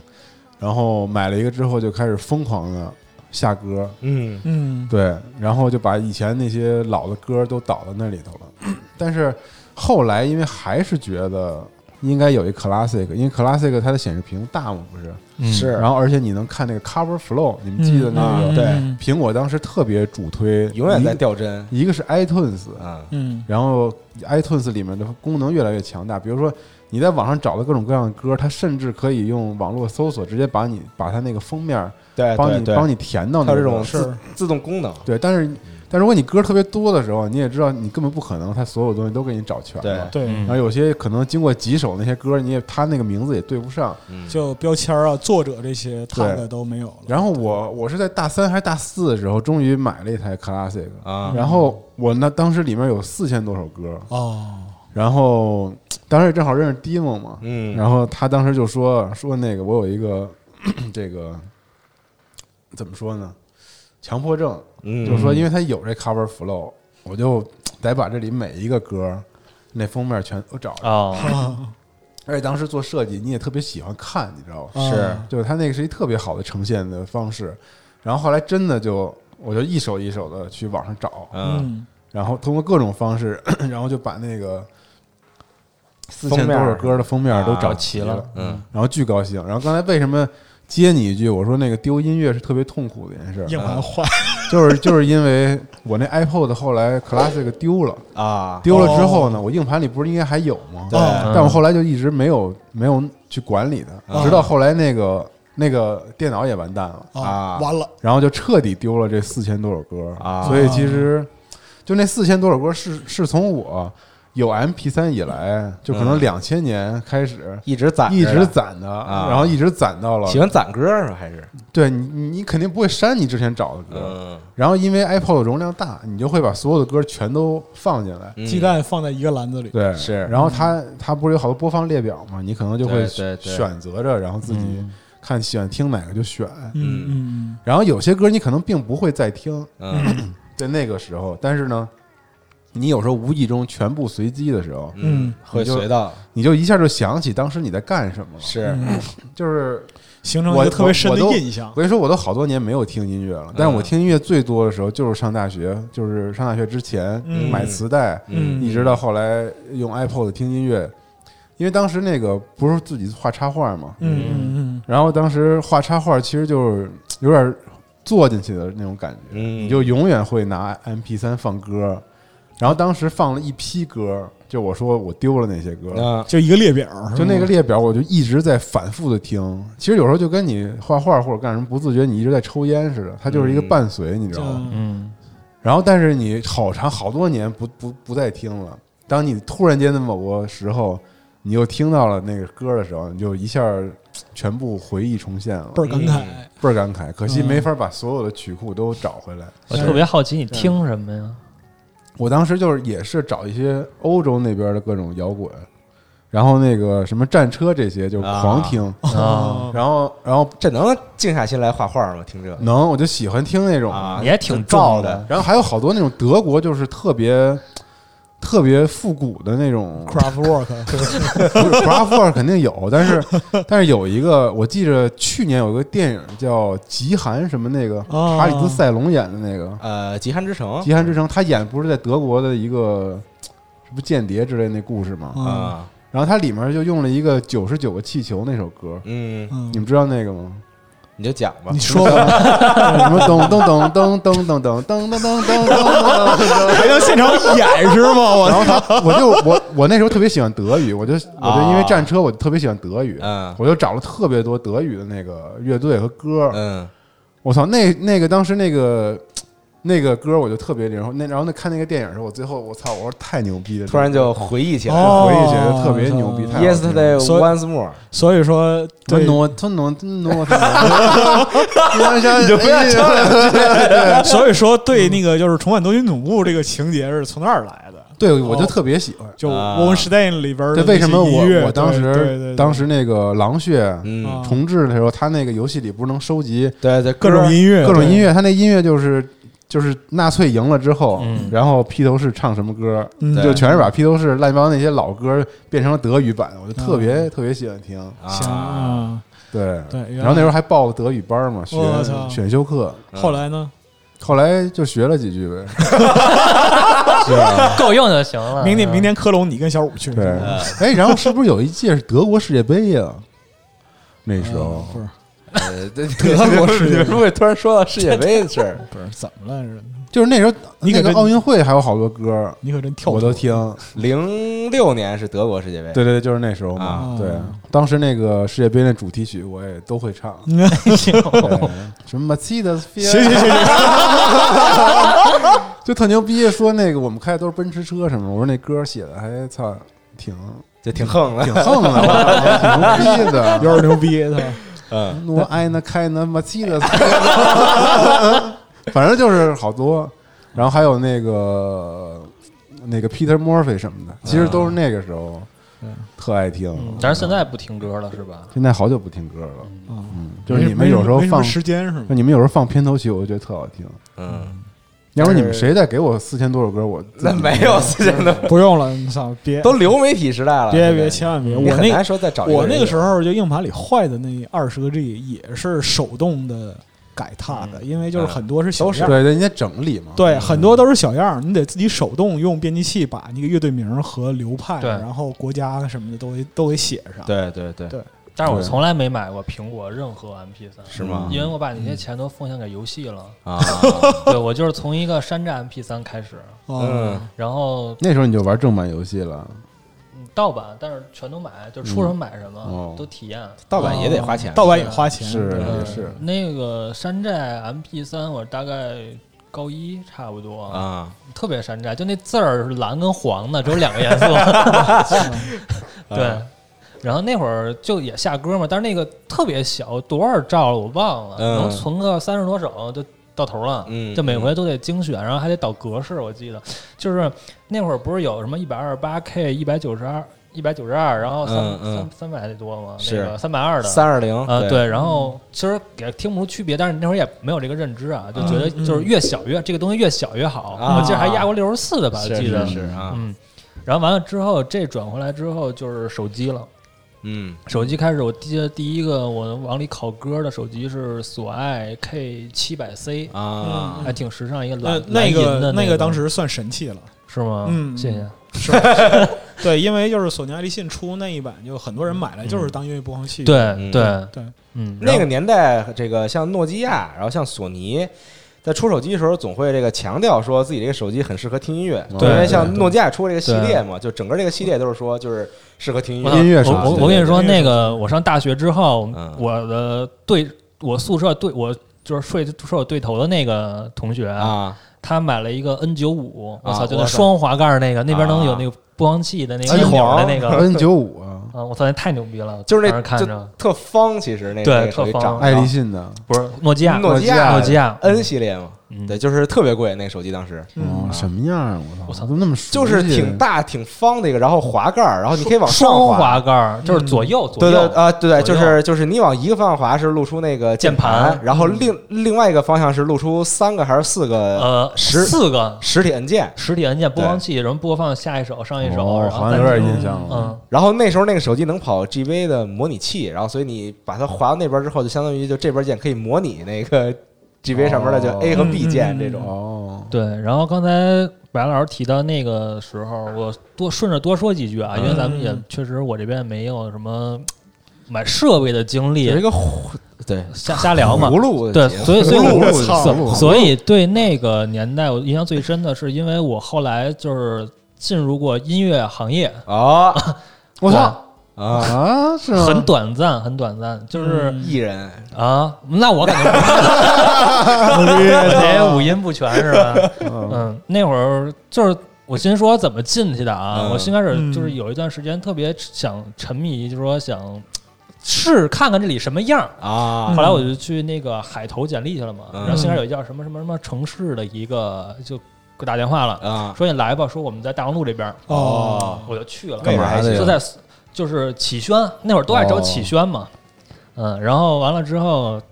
然后买了一个之后，就开始疯狂的下歌，
嗯
嗯，
对，然后就把以前那些老的歌都导到那里头了。 但是后来因为还是觉得应该有一 Classic，因为 Classic 它的显示屏大嘛，不是？
嗯
是，
然后而且你能看那个 Cover Flow，你们记得那个？
嗯
对
嗯
苹果当时特别主推，
永远
一
在
个
掉帧
一个是 iTunes，
啊，
嗯
然后 iTunes 里面的功能越来越强大，比如说你在网上找到各种各样的歌，它甚至可以用网络搜索直接把你把它那个封面
对，
帮
对
你
哎对
帮你填到
它
那
有
个
这种
是
自自动功能，
对，但是但如果你歌特别多的时候，你也知道你根本不可能它所有东西都给你找全
对
了。
对，
然后
嗯
有些可能经过几首那些歌，你也它那个名字也对不上。
嗯
就标签啊、作者这些 tag 都没有了。
然后我我是在大三还是大四的时候，终于买了一台 Classic，
啊，
然后我那当时里面有四千多首歌，
哦，
然后当时正好认识 Dimo 嘛，
嗯
然后他当时就说说那个我有一个 这个怎么说呢，强迫症，
嗯
就是说因为他有这 cover flow，我就得把这里每一个歌那封面全都找着。
哦，
而且当时做设计你也特别喜欢看，你知道吗？
啊
是
就是他那个是一特别好的呈现的方式。然后后来真的就我就一首一首的去网上找，
嗯
嗯
然后通过各种方式， 然后就把那个四
封
千多
面
首歌的封面都找齐
啊找齐了嗯，
然后巨高兴。然后刚才为什么接你一句，我说那个丢音乐是特啊别痛苦的一件事
硬
儿，
盘坏，
就是就是因为我那 iPod 后来 Classic 丢了，
啊，
丢了之后呢，我硬盘里不是应该还有吗？
对
哦
但我后来就一直没有没有去管理它，直到后来那个那个电脑也完蛋了，
啊
完了，
然后就彻底丢了这四千多首歌
啊
所以其实就那四千多首歌是是从我有 MP 三以来，就可能
嗯
两千年开始。
一直攒着
一
的，啊
直攒的，然后一直攒到了。
喜欢攒歌儿是吧还是
对你，你你肯定不会删你之前找的歌。
嗯，
然后因为 iPod 容量大，你就会把所有的歌全都放进来。
嗯
鸡蛋放在一个篮子里，
对，
是
然后它它不是有好多播放列表嘛？你可能就会
对对对嗯
选择着，然后自己看喜欢听哪个就选。
嗯嗯
然后有些歌你可能并不会再听，
嗯
在那个时候，但是呢，你有时候无意中全部随机的时候，
嗯，会
你就
随到
你就一下就想起当时你在干什么了。
是
嗯，
就是
形成一
我
个特别深的
我我都
印象
我。跟你说，我都好多年没有听音乐了，但是我
嗯
听音乐最多的时候就是上大学，就是上大学之前
嗯
买磁带，
嗯
一直到后来用 iPod 听音乐，因为当时那个不是自己画插画嘛，
嗯嗯
然后当时画插画其实就是有点坐进去的那种感觉，
嗯
你就永远会拿 MP 三放歌，然后当时放了一批歌，就我说我丢了那些歌，
啊
嗯，就一个列表，嗯
就那个
是吗
列表，我就一直在反复的听。其实有时候就跟你画画或者干什么不自觉，你一直在抽烟似的，它就是一个伴随，你知道吗？
嗯就
嗯，
然后，但是你好长好多年不不不再听了。当你突然间的某个时候，你又听到了那个歌的时候，你就一下儿全部回忆重现了，
倍儿感慨。
倍儿感慨。可惜
嗯
没法把所有的曲库都找回来。
我特别好奇你听什么呀？
我当时就是也是找一些欧洲那边的各种摇滚，然后那个什么战车这些就狂听，
嗯
啊，
然后然后
这能静下心来画画吗？听这
能，我就喜欢听那种。
啊，
也挺
燥
重
的，
然后还有好多那种德国，就是特别特别复古的那 种
Craft work，
不是 craftwork 肯定有，但是但是有一个，我记着去年有一个电影叫《极寒》，什么那个
哦
查理兹塞隆演的那个
呃，《极寒之城
《极》寒之城》，他演的不是在德国的一个什么间谍之类的那故事吗？
啊，
啊，
然后它里面就用了一个九十九个气球那首歌，
嗯，
嗯
你们知道那个吗？
你就讲吧
你，说吧，
什么噔噔噔噔噔噔噔噔噔噔噔噔噔。
还能现场演是吗？我
然后他，我就我我那时候特别喜欢德语，我就我就因为战车，我就特别喜欢德语，
嗯
我就找了特别多德语的那个乐队和歌。
嗯
我操，那那个当时那个那个歌我就特别灵，然后那然后那看那个电影的时候，我最后我操，我说太牛逼了，
突然就回忆起来
哦
了
回忆起来就特别牛逼。太好听了
，Yesterday
所以
once more，
所以说，
吞
对，
挪吞挪吞挪， 你哎就不要唱了。
所以说对那个就是重返东京总部这个情节是从那儿来的。
对，我就特别喜欢。
就
啊
w o n s t e i n 里边儿的
对，
那
为什
些
么
音乐
我我当
哦对对
时
对
当时那个狼血
嗯，
啊
重置的时候，他那个游戏里不是能收集
对对，
各种
歌
音乐，
各种
对
音，乐，他那音乐就是就是纳粹赢了之后，
嗯
然后披头士唱什么歌，
嗯
就全是把披头士烂七八糟那些老歌变成了德语版，我就特别、特别喜欢听。
行
啊，
啊。
对
嗯对原来
然后那时候还报了德语班嘛，学
我操
选修课，
嗯
后来呢？
后来就学了几句呗。
够用就行了。
嗯
明年明年科隆你跟小五去
对
是吧，啊
哎，然后是不是有一届是德国世界杯呀、那时候
哦
嗯不是
呃，对
德国世界杯
你们会突然说到世界杯的事儿，
不是怎么来着？
就是那时候
你可
那个
真
奥运会还有好多歌，
你可真跳脱
我都听。
零六年是德国世界杯，
对对对，就是那时候嘛。
啊
对，当时那个世界杯那主题曲我也都会 唱，对哎什么 Mercedes，
行行
Fiat，
行行，
就特牛逼。说那个我们开的都是奔驰车什么，我说那歌写的还操挺
就挺横的
挺，横的，我操挺牛逼的，
有点牛逼他。
嗯
我爱那开那么气 的，反正就是好多。然后还有那个，那个 Peter Murphy 什么的，其实都是那个时候特爱听。
嗯，但是现在不听歌了是吧？
现在好久不听歌了，
啊，
嗯，就是
没
你们有时候
没什么
放，
时间是
就
吗？
你们有时候放片头曲，我就觉得特好听。
嗯，
要不你们谁再给我四千多首歌，我自己
那没有四千多，
不用了，你操，别
都流媒体时代了，
别
对
别，千万别！
你
我
很
那
难说再找一
我
人
那个时
有，
候就硬盘里坏的那二十个 G 也是手动的改踏
嗯
的，因为就是很多是小样儿，
对对，人家整理嘛。
对，很多都是小样儿，你得自己手动用编辑器把那个乐队名儿和流派，
对
然后国家什么的都给都给写上。
对对对
对
但是我从来没买过苹果任何 MP 三，
是吗嗯
因为我把那些钱都奉献给游戏了。
啊，
对我就是从一个山寨 MP 三开始，
哦，
嗯，
然后
那时候你就玩正版游戏了，
嗯盗版，但是全都买，就出什么买什么，
哦
都体验。
盗版也得花钱，
盗版也花钱，
是
对
也是
嗯那个山寨 MP 三，我大概高一差不多，
啊，
特别山寨，就那字儿是蓝跟黄的，只有两个 颜色。对，然后那会儿就也下歌嘛，但是那个特别小，多少兆了我忘了，
嗯
能存个三十多首就到头了。
嗯
就每回都得精选，然后还得导格式，我记得就是那会儿不是有什么一百二十八 K、一百九十二、一百九十二，然后三
嗯嗯
三三百得多吗？
是
那个三百二的。
三二零
啊、对，然后其实也听不出区别，但是你那会儿也没有这个认知啊，就觉得
嗯
就是越小越、这个东西越小越好。
啊
我记得还压过六十四的吧，
是
记得
是是啊，
嗯。然后完了之后，这转回来之后就是手机了。
嗯
手机开始，我记得第一个我往里拷歌的手机是索爱 K 七百 C，嗯
啊，
还挺时尚，一个
呃
蓝，蓝
那
银
个
的
那
个
个当时算神器了，
是吗？
嗯
谢谢。
对，因为就是索尼爱立信出那一版，就很多人买来
嗯
就是当音乐播放器，
对对
对，
嗯，
那个年代，这个像诺基亚，然后像索尼，在出手机的时候，总会这个强调说自己这个手机很适合听音乐，
对
因为像
嗯对
诺基亚出这个系列嘛，就整个这个系列都是说就是适合听音
我
乐。
音乐
我
啥的
我我跟你说，
音乐
那个我上大学之后
嗯，
我的对我宿舍对我就是睡睡我对头的那个同学，
啊，
他买了一个 N 九五，我
啊
操，就那
我操
双滑盖儿那个，那边能有
啊
那个播放器的那个
机
按钮的
皇
那个，
N 九五啊，
啊，我操，那太牛逼了，
就是
当
那
时看
就
着
特方，其实那
对
那个手机
特方
长得
爱立信的，
不是诺基亚，
诺基
基
亚呃
诺基亚，
N 系列嘛，
嗯
对，就是特别贵那个手机当时。
哦，什么样啊？我操，
我操
怎么那么熟悉
就是
嗯
挺大挺方的一个，然后滑盖儿，然后你可以往上
双
滑嗯
滑盖儿，就是左右左
对对
右，
啊，对对，就
左右
是就是你往一个方向滑是露出那个键
键盘嗯
然后另另外一个方向是露出三个还是四个
呃，
十
四个
实体按键。
实体按键播放器，然后播放下一首、上一首，
哦
然
好
后
像
再
有点印象了。
嗯，
然后那时候那个手机能跑 GV 的模拟器，然后所以你把它滑到那边之后，就相当于就这边键可以模拟那个 GV 上面的就
哦
A 和 B 键
嗯
这种。
哦，
对。然后刚才白老师提到那个时候，我多顺着多说几句啊，因为咱们也
嗯
确实我这边没有什么买设备的经
有一
历，
个葫对
瞎瞎聊嘛
葫。芦
对，所以所以
葫芦
我
我操葫芦
所所以对那个年代我印象最深的是，因为我后来就是进入过音乐行业，
哦
我操
啊
啊，是吗？
很短暂，很短暂，就是、
嗯
艺人
啊，那我肯定不是，我得五音不全是吧？嗯，那会儿就是我先说怎么进去的啊，
嗯
我先开始就是有一段时间特别想沉迷，就是说想试看看这里什么样儿。
啊
后来我就去那个海投简历去了嘛，
嗯
然后先开始有一叫什么什么什么城市的一个就给我打电话了，
啊
说你来吧，说我们在大望路这边儿，啊
哦，
我就去了。
干嘛的呀
就在就是启轩那会儿都爱找启轩嘛，嗯，然后完了之后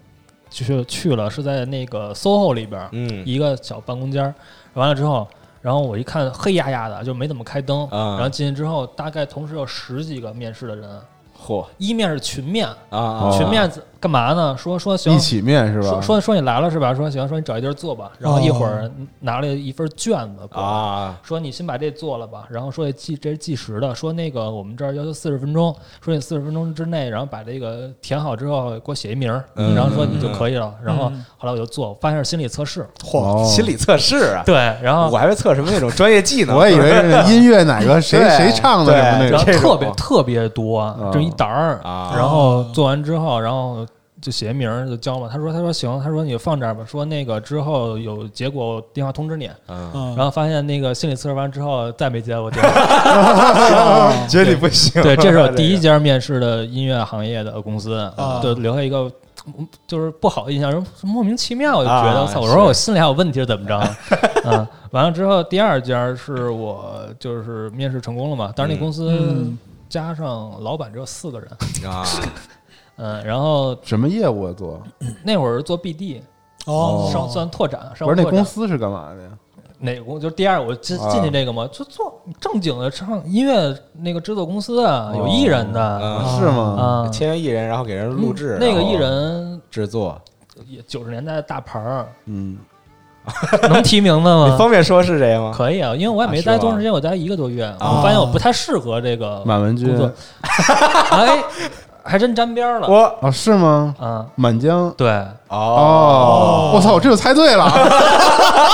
就是去了，是在那个 SOHO 里边儿、
嗯
一个小办公间儿，完了之后。然后我一看黑压压的，就没怎么开灯。
啊
然后进去之后，大概同时有十几个面试的人，
嚯
一面是群面，
啊啊
群面子干嘛呢？说说行
一，起面是吧？
说说说你来了是吧？说行，说你找一地儿坐吧。然后一会儿拿了一份卷子过来，
啊
说你先把这做了吧，然后说计这是计时的，说那个我们这儿要求四十分钟，说你四十分钟之内，然后把这个填好之后给我写一名儿，
嗯
然后说你就可以了。然后
嗯
后来我就做，发现是心理测试，
哦
嚯，
心理测试啊，
对，然后
我还会测什么那种专业技能？
我以 为是音乐 哪个谁
对
谁唱的什么那
然
种
这种
后特别特别多，这一沓儿
啊
然后做完之后，然后就写名儿就交嘛。他说他说行，他说你放这儿吧，说那个之后有结果我电话通知你。
嗯，
嗯
然后发现那个心理测试完之后再没接过电话。
觉得你不行。
啊对，这是我第一家面试的音乐行业的公司嗯
啊，
就留下一个嗯就是不好印象，然后莫名其妙就觉得，
啊
我操、我说
是
我心里还有问题是怎么着？啊，完了之后第二家是我就是面试成功了嘛，但是那公司
嗯
加上老板只有四个人，
啊，
嗯，然后
什么业务啊做？
那会儿做 BD，
哦
上算拓展，上
不是那
拓展
公司是干嘛的呀？
哪个公就是第二我进
啊
进去这个嘛，就做正经的唱音乐那个制作公司啊，有艺人的
嗯
是吗？
啊，嗯
签约艺人，然后给人录制，
那个
然后
艺人
制作，
也九十年代的大牌儿，
嗯，
能提名的
你
吗？
方便说是谁吗？
嗯可以啊，因为我也没
啊是
待多
吧哦
长时间，我待一个多月，我发现我不太适合这个
满文军
啊工作， 哎，还真沾边儿了
我
哦，是吗？
啊，
满江
对，
哦，
哦，我操，我这就猜对了，啊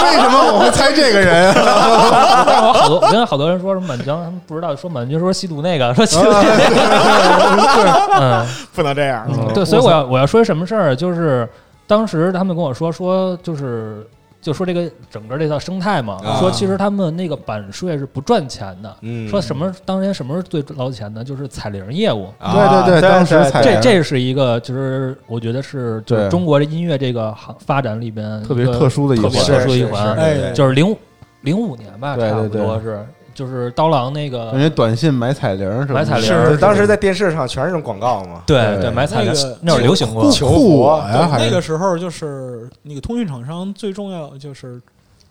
为什么我会猜这个人啊？
但是我好多我跟好多人说什么满江，他们不知道说满江说吸毒那个，说吸毒
啊
那个，嗯。
不能这样。
嗯，对，所以我要我要说什么事儿，就是当时他们跟我说说就是。就说这个整个这套生态嘛，
啊
说其实他们那个版税是不赚钱的。
嗯
说什么当年什么是最捞钱的，就是彩铃业务。
啊
对对
对，
当时
对
才
这这是一个，就是我觉得是就是
对
中国的音乐这个行发展里边
特别
一个
特殊的一
特别
环
特殊
是
一
是
环，
哎
对
就是零零五年吧，
对
差不
对对
多是就是刀郎那个
感觉短信买彩铃什么的，
买彩铃
对
是
当时在电视上全是这种广告嘛，
对
对
对买彩铃
那个
那会儿流行过
护，
求
护我
佛
哎呀，还
那
是
个时候就是那个通讯厂商最重要就是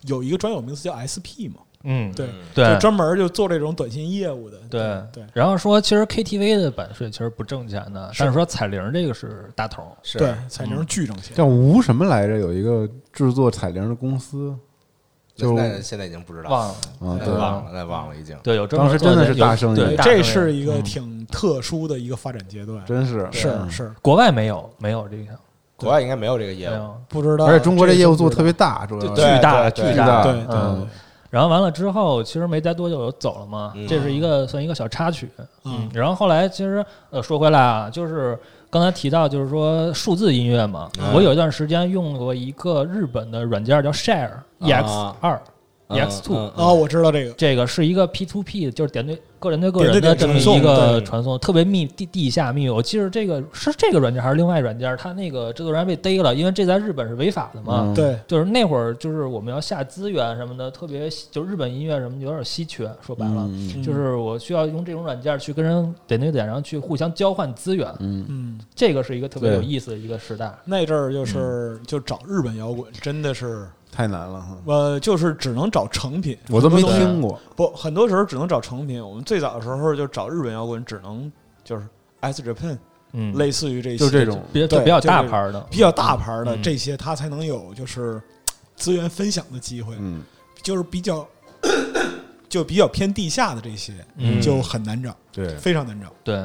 有一个专有名词叫 SP 嘛，
嗯，
对
对
就，专门就做这种短信业务的。
对
对
然后说，其实 KTV 的版税其实不挣钱的，但是说彩铃这个是大头儿，
是
对，彩
嗯
铃巨挣钱。
叫吴什么来着？有一个制作彩铃的公司，就
现在现在已经不知道
忘了。
啊，
那
对，
忘了，那哎忘了已经。
对，有专门
当时真的是
做
大生意
有对
对
大
这
生
是
意
一个
嗯
挺特殊的一个发展阶段，
真是嗯
是是，
国外没有没有这个
国外应该没有这个业
没
务，
有。
不知道。
而且中国这业务做得特
别
别大，主要
对
是
巨大
对对
巨
大
对对
嗯
对
然后完了之后，其实没待多久就走了嘛，
嗯
这是一个算一个小插曲。
嗯
然后后来其实呃说回来啊，就是刚才提到就是说数字音乐嘛，
嗯
我有一段时间用过一个日本的软件叫 Share
啊
EX 二 EX two，
嗯嗯
哦，我知道这个，
这个是一个 P to P，就是点对个人对个人
点对
的
点
这么
传送
一个
对
传送，特别密地地下密。我记得这个是这个软件还是另外软件，它那个制作人还被逮了，因为这在日本是违法的嘛。
嗯
对，
就是那会儿，就是我们要下资源什么的，特别就日本音乐什么有点稀缺，说白了。
嗯
就是我需要用这种软件去跟人点对点，然后去互相交换资源，
嗯，
嗯，
这个是一个特别
对
有意思的一个时代。
那阵
嗯
儿就是就找日本摇滚，真的是
太难了哈，
呃，就是只能找成品，
我都没
很多东西
听过。
不，很多时候只能找成品。我们最早的时候就找日本摇滚，只能就是 S Japan，
嗯，
类似于这些，
就这种
比较
对
比较
就
大
是
牌的，
比较大牌儿的
嗯
这些，它才能有就是资源分享的机会，
嗯，
就是比较就比较偏地下的这些
嗯
就很难找，
对，
非常难找。
对，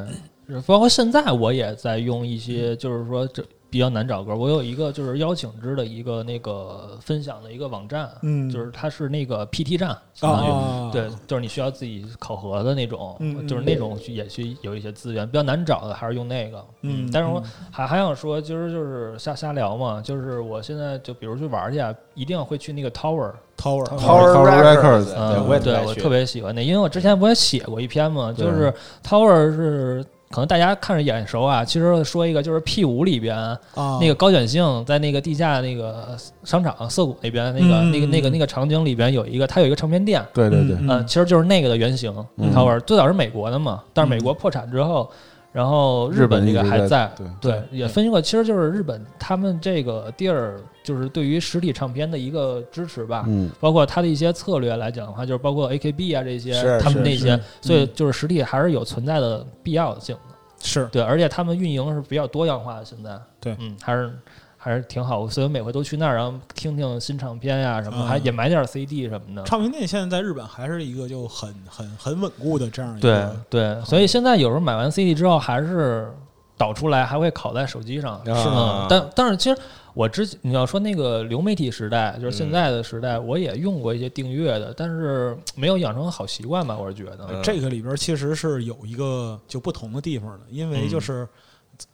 是包括现在我也在用一些，就是说这比较难找歌。我有一个就是邀请制的一个那个分享的一个网站，
嗯
就是它是那个 PT 站，相当于、
啊，
嗯对，就是你需要自己考核的那种，
嗯嗯
就是那种也去有一些资源比较难找的，还是用那个。
嗯
但是我
嗯
还还想说，其实就是瞎瞎聊嘛，就是我现在就比如去玩去，啊，一定会去那个 Tower，
Tower
Tower
Tower
嗯 Records，
Records，
对，
嗯，
我也
对
爱
我
去
特别喜欢那，因为我之前不也写过一篇嘛，
对
就是 Tower 是可能大家看着眼熟啊，其实说一个就是 P 五里边、
啊，
那个高远性在那个地下那个商场涩谷那边那个、
嗯
那个那个那个场景里边有一个，它有一个唱片店，
对对对，
嗯
呃其实就是那个的原型、
嗯
Tower，最早是美国的嘛，但是美国破产之后。然后日本
日本
这个
一直
还
在
对，也分析过，其实就是日本他们这个地儿，就是对于实体唱片的一个支持吧。
嗯，
包括它的一些策略来讲的话，就是包括 AKB 啊这些
是，
他们
是
那些
是，
所以就是实体还是有存在的必要性的。
是
对，而且他们运营是比较多样化的，现在
对
嗯，还是还是挺好。所以我每回都去那儿，然后听听新唱片呀、什么，
嗯
还也买点 CD 什么的。
唱片店现在在日本还是一个就很很很稳固的这样一
对
个，
对，所以现在有时候买完 CD 之后，还是导出来，还会拷在手机上。
是
嗯，但但是其实我之你要说那个流媒体时代，就是现
嗯
在的时代，我也用过一些订阅的，但是没有养成好习惯吧，我是觉得。
呃
嗯
这个里边其实是有一个就不同的地方的，因嗯为就是，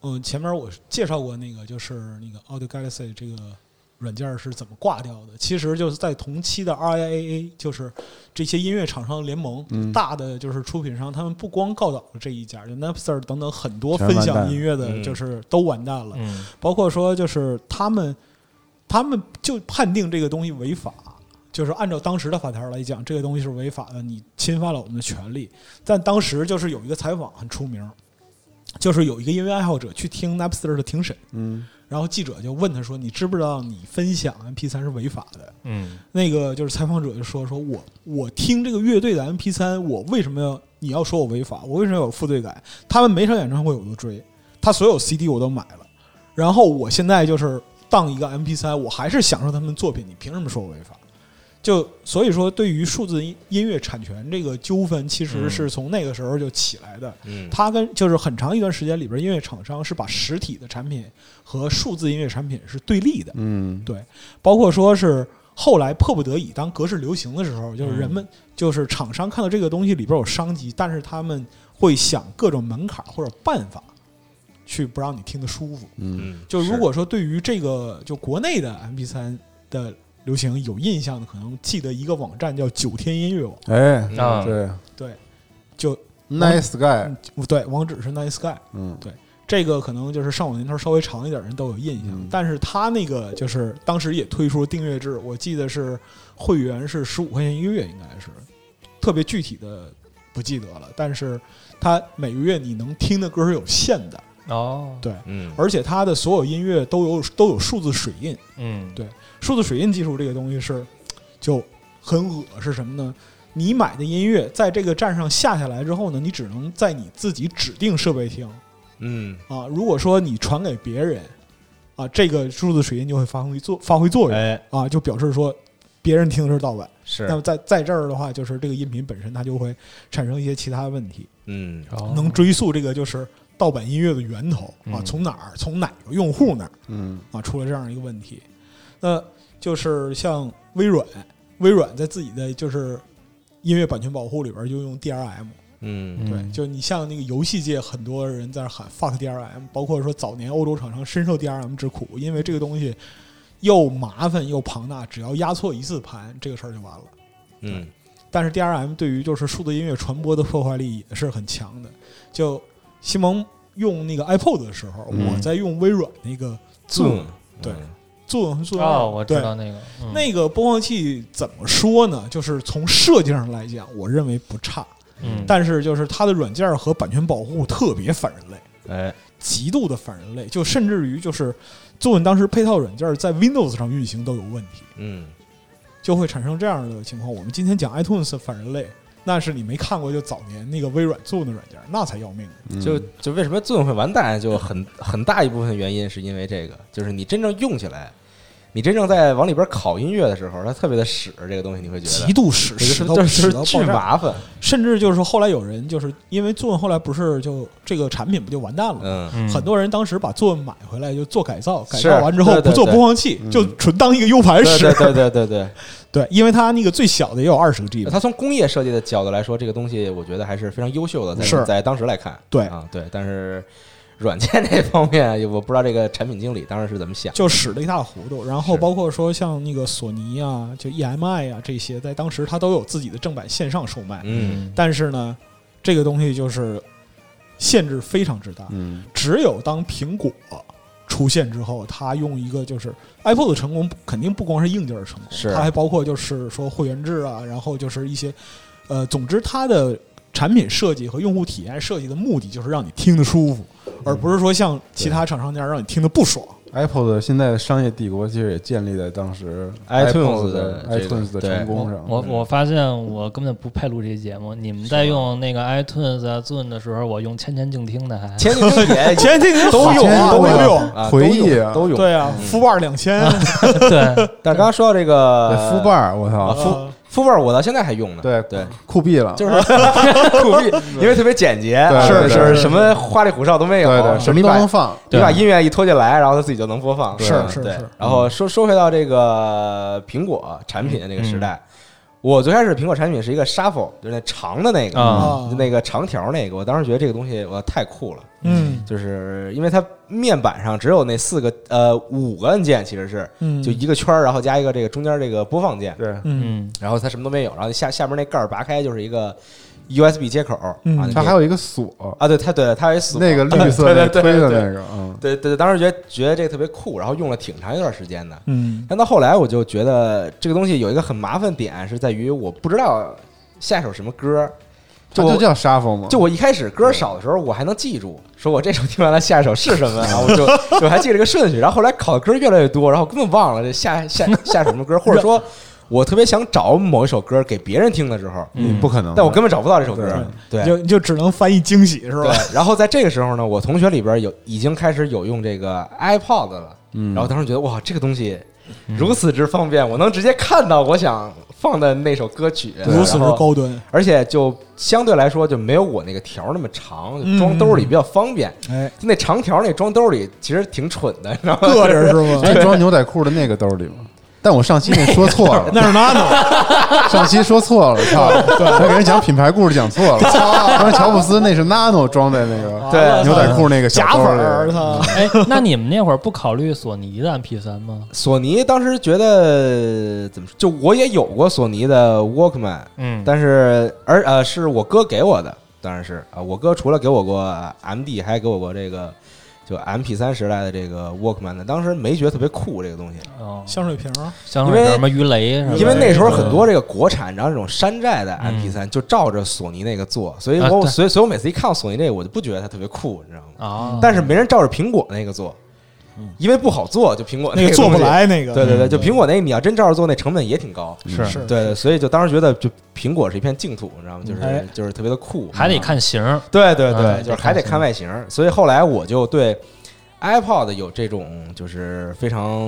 嗯，前面我介绍过那个就是那个 Audio Galaxy 这个软件是怎么挂掉的。其实就是在同期的 RIAA，就是这些音乐厂商联盟、
嗯
大的就是出品商，他们不光告倒了这一家，就 Napster 等等很多
全
分
完蛋
享
了
音乐的，
嗯
就是都完蛋了。
嗯，
包括说就是他们，他们就判定这个东西违法，就是按照当时的法条来讲，这个东西是违法的，你侵犯了我们的权利。但当时就是有一个采访很出名，就是有一个音乐爱好者去听 Napster 的庭审，
嗯，
然后记者就问他说：“你知不知道你分享 MP3 是违法的？”
嗯，
那个就是采访者就说：“说我我听这个乐队的 MP3，我为什么要你要说我违法？我为什么要有负罪感？他们每场演唱会我都追，他所有 CD 我都买了，然后我现在就是当一个 MP3，我还是享受他们作品，你凭什么说我违法？”就所以说，对于数字音音乐产权这个纠纷，其实是从那个时候就起来的。
嗯
它跟就是很长一段时间里边，音乐厂商是把实体的产品和数字音乐产品是对立的。
嗯，
对，包括说是后来迫不得已，当格式流行的时候，就是人们、就是厂商看到这个东西里边有商机，但是他们会想各种门槛或者办法去不让你听得舒服。
嗯，
就如果说对于这个就国内的 MP 3的流行有印象的，可能记得一个网站叫九天音乐网，
哎，
嗯
啊
对
对，就
，Nice Sky，
嗯对，网址是 Nice Guy。
嗯，
这个可能就是上网年头稍微长一点的人都有印象，
嗯
但是他那个就是当时也推出订阅制，我记得是会员是十五块钱一个月，应该是特别具体的不记得了，但是他每个月你能听的歌是有限的，
哦，
对，
嗯
而且他的所有音乐都有都有数字水印，
嗯，
对数字水印技术这个东西是就很恶是什么呢？你买的音乐在这个站上下下来之后呢，你只能在你自己指定设备听，
嗯
啊，如果说你传给别人，啊，这个数字水印就会发挥作发挥作用
哎
啊，就表示说别人听的是盗版。
是
那么在在这儿的话，就是这个音频本身它就会产生一些其他的问题，
嗯
能追溯这个就是盗版音乐的源头啊，
嗯
从哪儿从哪个用户那儿
嗯，
啊出了这样一个问题。那就是像微软，微软在自己的就是音乐版权保护里边儿就用 DRM，
嗯
对，
嗯
就你像那个游戏界，很多人在那喊 “fuck DRM”，包括说早年欧洲厂商深受 DRM 之苦，因为这个东西又麻烦又庞大，只要压错一次盘，这个事儿就完了。
嗯
但是 DRM 对于就是数字音乐传播的破坏力也是很强的。就西蒙用那个 iPod 的时候，
嗯
我在用微软那个 Zoom
嗯
对做做
哦，我知
对
道那个，嗯
那个播放器怎么说呢？就是从设计上来讲，我认为不差，
嗯，
但是就是它的软件儿和版权保护特别反人类。
哎
极度的反人类，就甚至于就是作文当时配套软件在 Windows 上运行都有问题，
嗯
就会产生这样的情况。我们今天讲 iTunes 反人类，那是你没看过就早年那个微软做的软件，那才要命。
就就为什么 Zoom 会完蛋，就很很大一部分原因是因为这个，就是你真正用起来，你真正在往里边拷音乐的时候，它特别的屎，这个东西你会觉
极
得。
度使
就是
使到
就是
使到
巨
爆炸，
麻烦，
甚至就是说后来有人就是因为作文后来不是就这个产品不就完蛋了吗？
嗯，
嗯
很多人当时把作文买回来就做改造，改
是
造完之后
对对
不做
对嗯
播放器，
嗯
就纯当一个 U 盘
对
使
对。对对 对对，
对，因为它那个最小的也有二十个 G 吧。
它从工业设计的角度来说，这个东西我觉得还是非常优秀的，在
是
在当时来看，
对
啊，对，但是软件这方面，我不知道这个产品经理当时是怎么想，
就使得一塌糊涂。然后
是
包括说像那个索尼啊，就 EMI 啊这些，在当时它都有自己的正版线上售卖，
嗯
但是呢，这个东西就是限制非常之大。
嗯
只有当苹果出现之后，它用一个就是 Apple 的成功，肯定不光是硬件的成功，
是
它还包括就是说会员制啊，然后就是一些呃，总之它的产品设计和用户体验设计的目的就是让你听得舒服，而不是说像其他厂商那样让你听得不爽。
，Apple 的现在的商业帝国其实也建立在当时
iTunes 的
的
这个
iTunes 的
对
成功上。
嗯
我我发现我根本不配录这节目，你们
啊
在用那个 iTunes 啊、Zune 的时候，我用千千静听的 还，
前几天 也
前几年都有啊，
都
都
有
有。
啊
回忆啊
都有，
对啊，福尔两千，
对，
但刚刚说到这个
对富，伴儿，我操
啊，富富伴儿我到现在还用呢。
对
对，
酷毙了，
就是 酷毙，因为特别简洁，
对
是
对
是
对
是
对
什么花里胡哨都没
对
有，
对，什么
你
哦都
把
能放，
你
对
把音乐一拖进来，然后它自己就能播放。
是
对
是
对
是
然后说说回到这个苹果产品的这个时代，我最开始苹果产品是一个 shuffle，就是那长的那个，
啊
就那个长条那个。我当时觉得这个东西我太酷了，
嗯
就是因为它面板上只有那四个呃五个按键，其实是
嗯
就一个圈儿，然后加一个这个中间这个播放键，
对，
嗯
嗯，
然后它什么都没有，然后下下边那盖儿拔开就是一个 USB 接口，
嗯
啊，
它还
有
有一个锁，
啊，对，它对它有一死
那个绿色
对
那
对
个
对
推的
对
那个，嗯，
对对，当时觉得觉得这个特别酷，然后用了挺长一段时间的。
嗯
但到后来，我就觉得这个东西有一个很麻烦点，是在于我不知道下一首什么歌。
它
就我
就叫沙风嘛，
就我一开始歌少的时候，我还能记住，说我这首听完了下一首是什么，然后我就就还记了个顺序。然后后来考的歌越来越多，然后根本忘了这下下下首什么歌，或者说我特别想找某一首歌给别人听的时候，
不可能，
嗯但我根本找不到这首歌。对，
就就只能翻译惊喜是吧？
对，然后在这个时候呢，我同学里边有已经开始有用这个 iPod 了，
嗯
然后当时觉得哇，这个东西如此之方便，我能直接看到我想放的那首歌曲，
如此之
然后，
高端，
而且就相对来说就没有我那个条儿那么长，就装兜里比较方便。
哎，
就那长条儿那装兜里其实挺蠢的，你知道吗？
硌 着是吧？
是哎装牛仔裤的那个兜里吗？但我上期那说错 了，
那是 nano，
上期说错了，操！我给人讲品牌故事讲错了，当时乔布斯那是 Nano 装在那个
对
牛仔裤那个小嗯
假
兜
粉
里
儿，操！
哎，那你们那会儿不考虑索尼的 MP 三吗？
索尼当时觉得怎么说？就我也有过索尼的 Walkman，
嗯
但是而呃是我哥给我的，当然是啊、我哥除了给我过 MD，还给我过这个就 MP 三时代的这个 Walkman 的，当时没觉得特别酷这个东西，
哦，
香水瓶儿，
香
因
水
为
什么鱼雷什么的，
因为那时候很多这个国产，然后这种山寨的 MP 三就照着索尼那个做，所以
啊
我
对
所以所以我每次一看到索尼这个，我就不觉得它特别酷，你知道吗？
啊，
但是没人照着苹果那个做，因为不好做，就苹果
那
个
个做
东
不
西。
来那个，
对对
嗯
对，就苹果那个，你要真照着做，那成本也挺高。
是
是
对对，所以就当时觉得，就苹果是一片净土，你知道吗？就是、
哎
就是特别的酷，嗯
还得看型儿，
对对对，
啊
就是还得看外形。所以后来我就对 iPod 有这种就是非常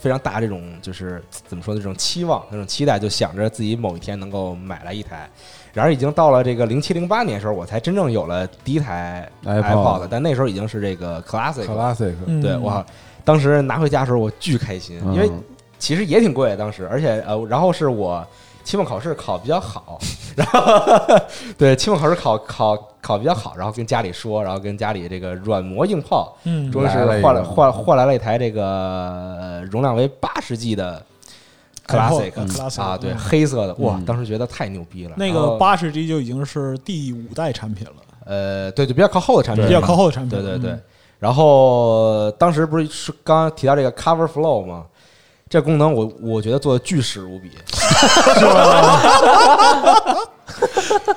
非常大这种就是怎么说呢这种期望、那种期待，就想着自己某一天能够买来一台。然而已经到了这个零七零八年的时候，我才真正有了第一台
iPod
iPod，但那时候已经是这个 Classic 了。
，Classic，
嗯
对，哇！当时拿回家的时候，我巨开心，因为
嗯
其实也挺贵的，当时，而且呃，然后是我期末考试考比较好，然后对期末考试考考考比较好，然后跟家里说，然后跟家里这个软磨硬泡，
嗯
终于是
来了一个
换了换换来了一台这个呃容量为八十 G 的
iPod，
Classic
嗯 Classic，
啊，对，
嗯
黑色的，哇
嗯，
当时觉得太牛逼了。
那
然
个
后
八十 G 就已经是第五代产品了，
呃，对，就比较靠后的产品，
比较靠后的产品，嗯
对对对。然后当时不是说刚刚提到这个 Cover Flow 吗？这功能我我觉得做的巨屎无比，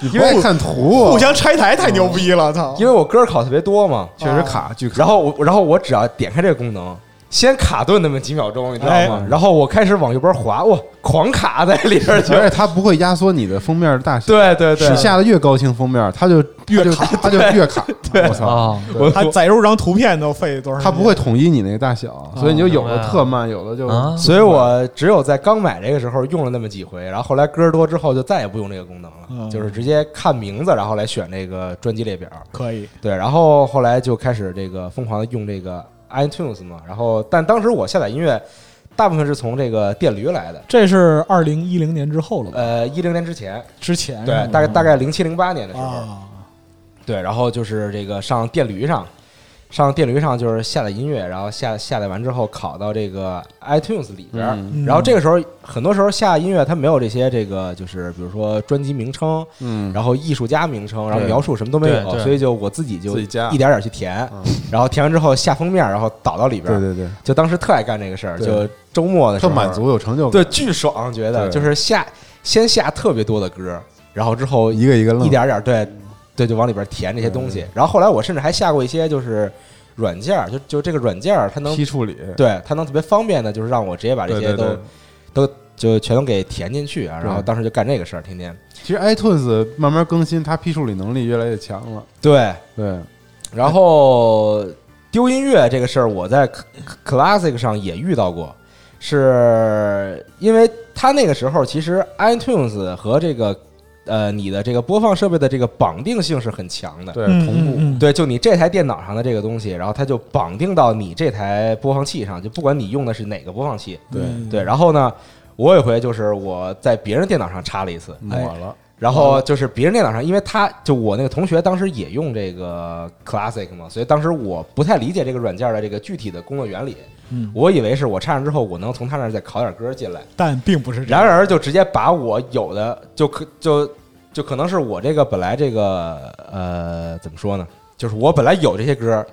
你不爱看图，啊
互相拆台太牛逼了，操！
哦因为我歌儿考特别多嘛，
确实卡，巨卡。
然后我然后我只要点开这个功能，先卡顿那么几秒钟，你知道吗
哎？
然后我开始往右边滑，哇，狂卡在里边儿去。
而且它不会压缩你的封面的大 小，
对对对，
使哎下的越高清封面，它就越卡，它就越卡。我操！
啊，
我
它
我
载入张图片都费多少时
它
间？
不会统一你那个大小，所以你就有的特慢，有的就
啊
所以我只有在刚买这个时候用了那么几回，然后后来歌儿多之后就再也不用这个功能
嗯
了，就是直接看名字，然后来选这个专辑列表。
可以，
对，然后后来就开始这个疯狂的用这个 iTunes 嘛，然后但当时我下载音乐大部分是从这个电驴来的，
这是二零一零年之后了吧？
呃，一零年之前，
之前
对，
嗯
大概大嗯概零七零八年的时候，
啊，
对，然后就是这个上电驴上，上电驴上就是下载音乐，然后下下载完之后拷到这个 iTunes 里边儿。
嗯
然后这个时候，很多时候下音乐它没有这些这个，就是比如说专辑名称，
嗯，
然后艺术家名称，然后描述什么都没
对
有，
对
所以就我自己就
自己加嗯
一点点去填，然后填完之后下封面，然后导到里边
对
儿。
对对，
就当时特爱干这个事儿，
对
就周末的时
特
候
满，足，有成就
对，
感，
巨爽，觉得
对
就是下先下特别多的歌，然后之后
一个一个愣
一点点对对就往里边填这些东
嗯
西。然后后来我甚至还下过一些就是软件儿，就就这个软件儿它能
批处理，
对它能特别方便的，就是让我直接把这
对
些
对
都
对。
都就全都给填进去啊。然后
对
当时就干这个事儿，天天
其实 iTunes 慢慢更新，它批处理能力越来越强了。
对。
对，
然后丢音乐这个事儿，我在 Cl- Cl- Classic 上也遇到过，是因为它那个时候其实 iTunes 和这个呃你的这个播放设备的这个绑定性是很强的。
对，
嗯
同步。
嗯嗯
对，就你这台电脑上的这个东西，然后它就绑定到你这台播放器上，就不管你用的是哪个播放器。
对
嗯
对，然后呢，我有一回就是我在别人电脑上插了一次，
抹了，
然后就是别人电脑上，因为他就我那个同学当时也用这个 Classic 嘛，所以当时我不太理解这个软件的这个具体的工作原理。
嗯
我以为是我插上之后，我能从他那儿再拷点歌进来，
但并不是这
然
样。
而就直接把我有的就可就就可能是我这个本来这个呃怎么说呢，就是我本来有这些歌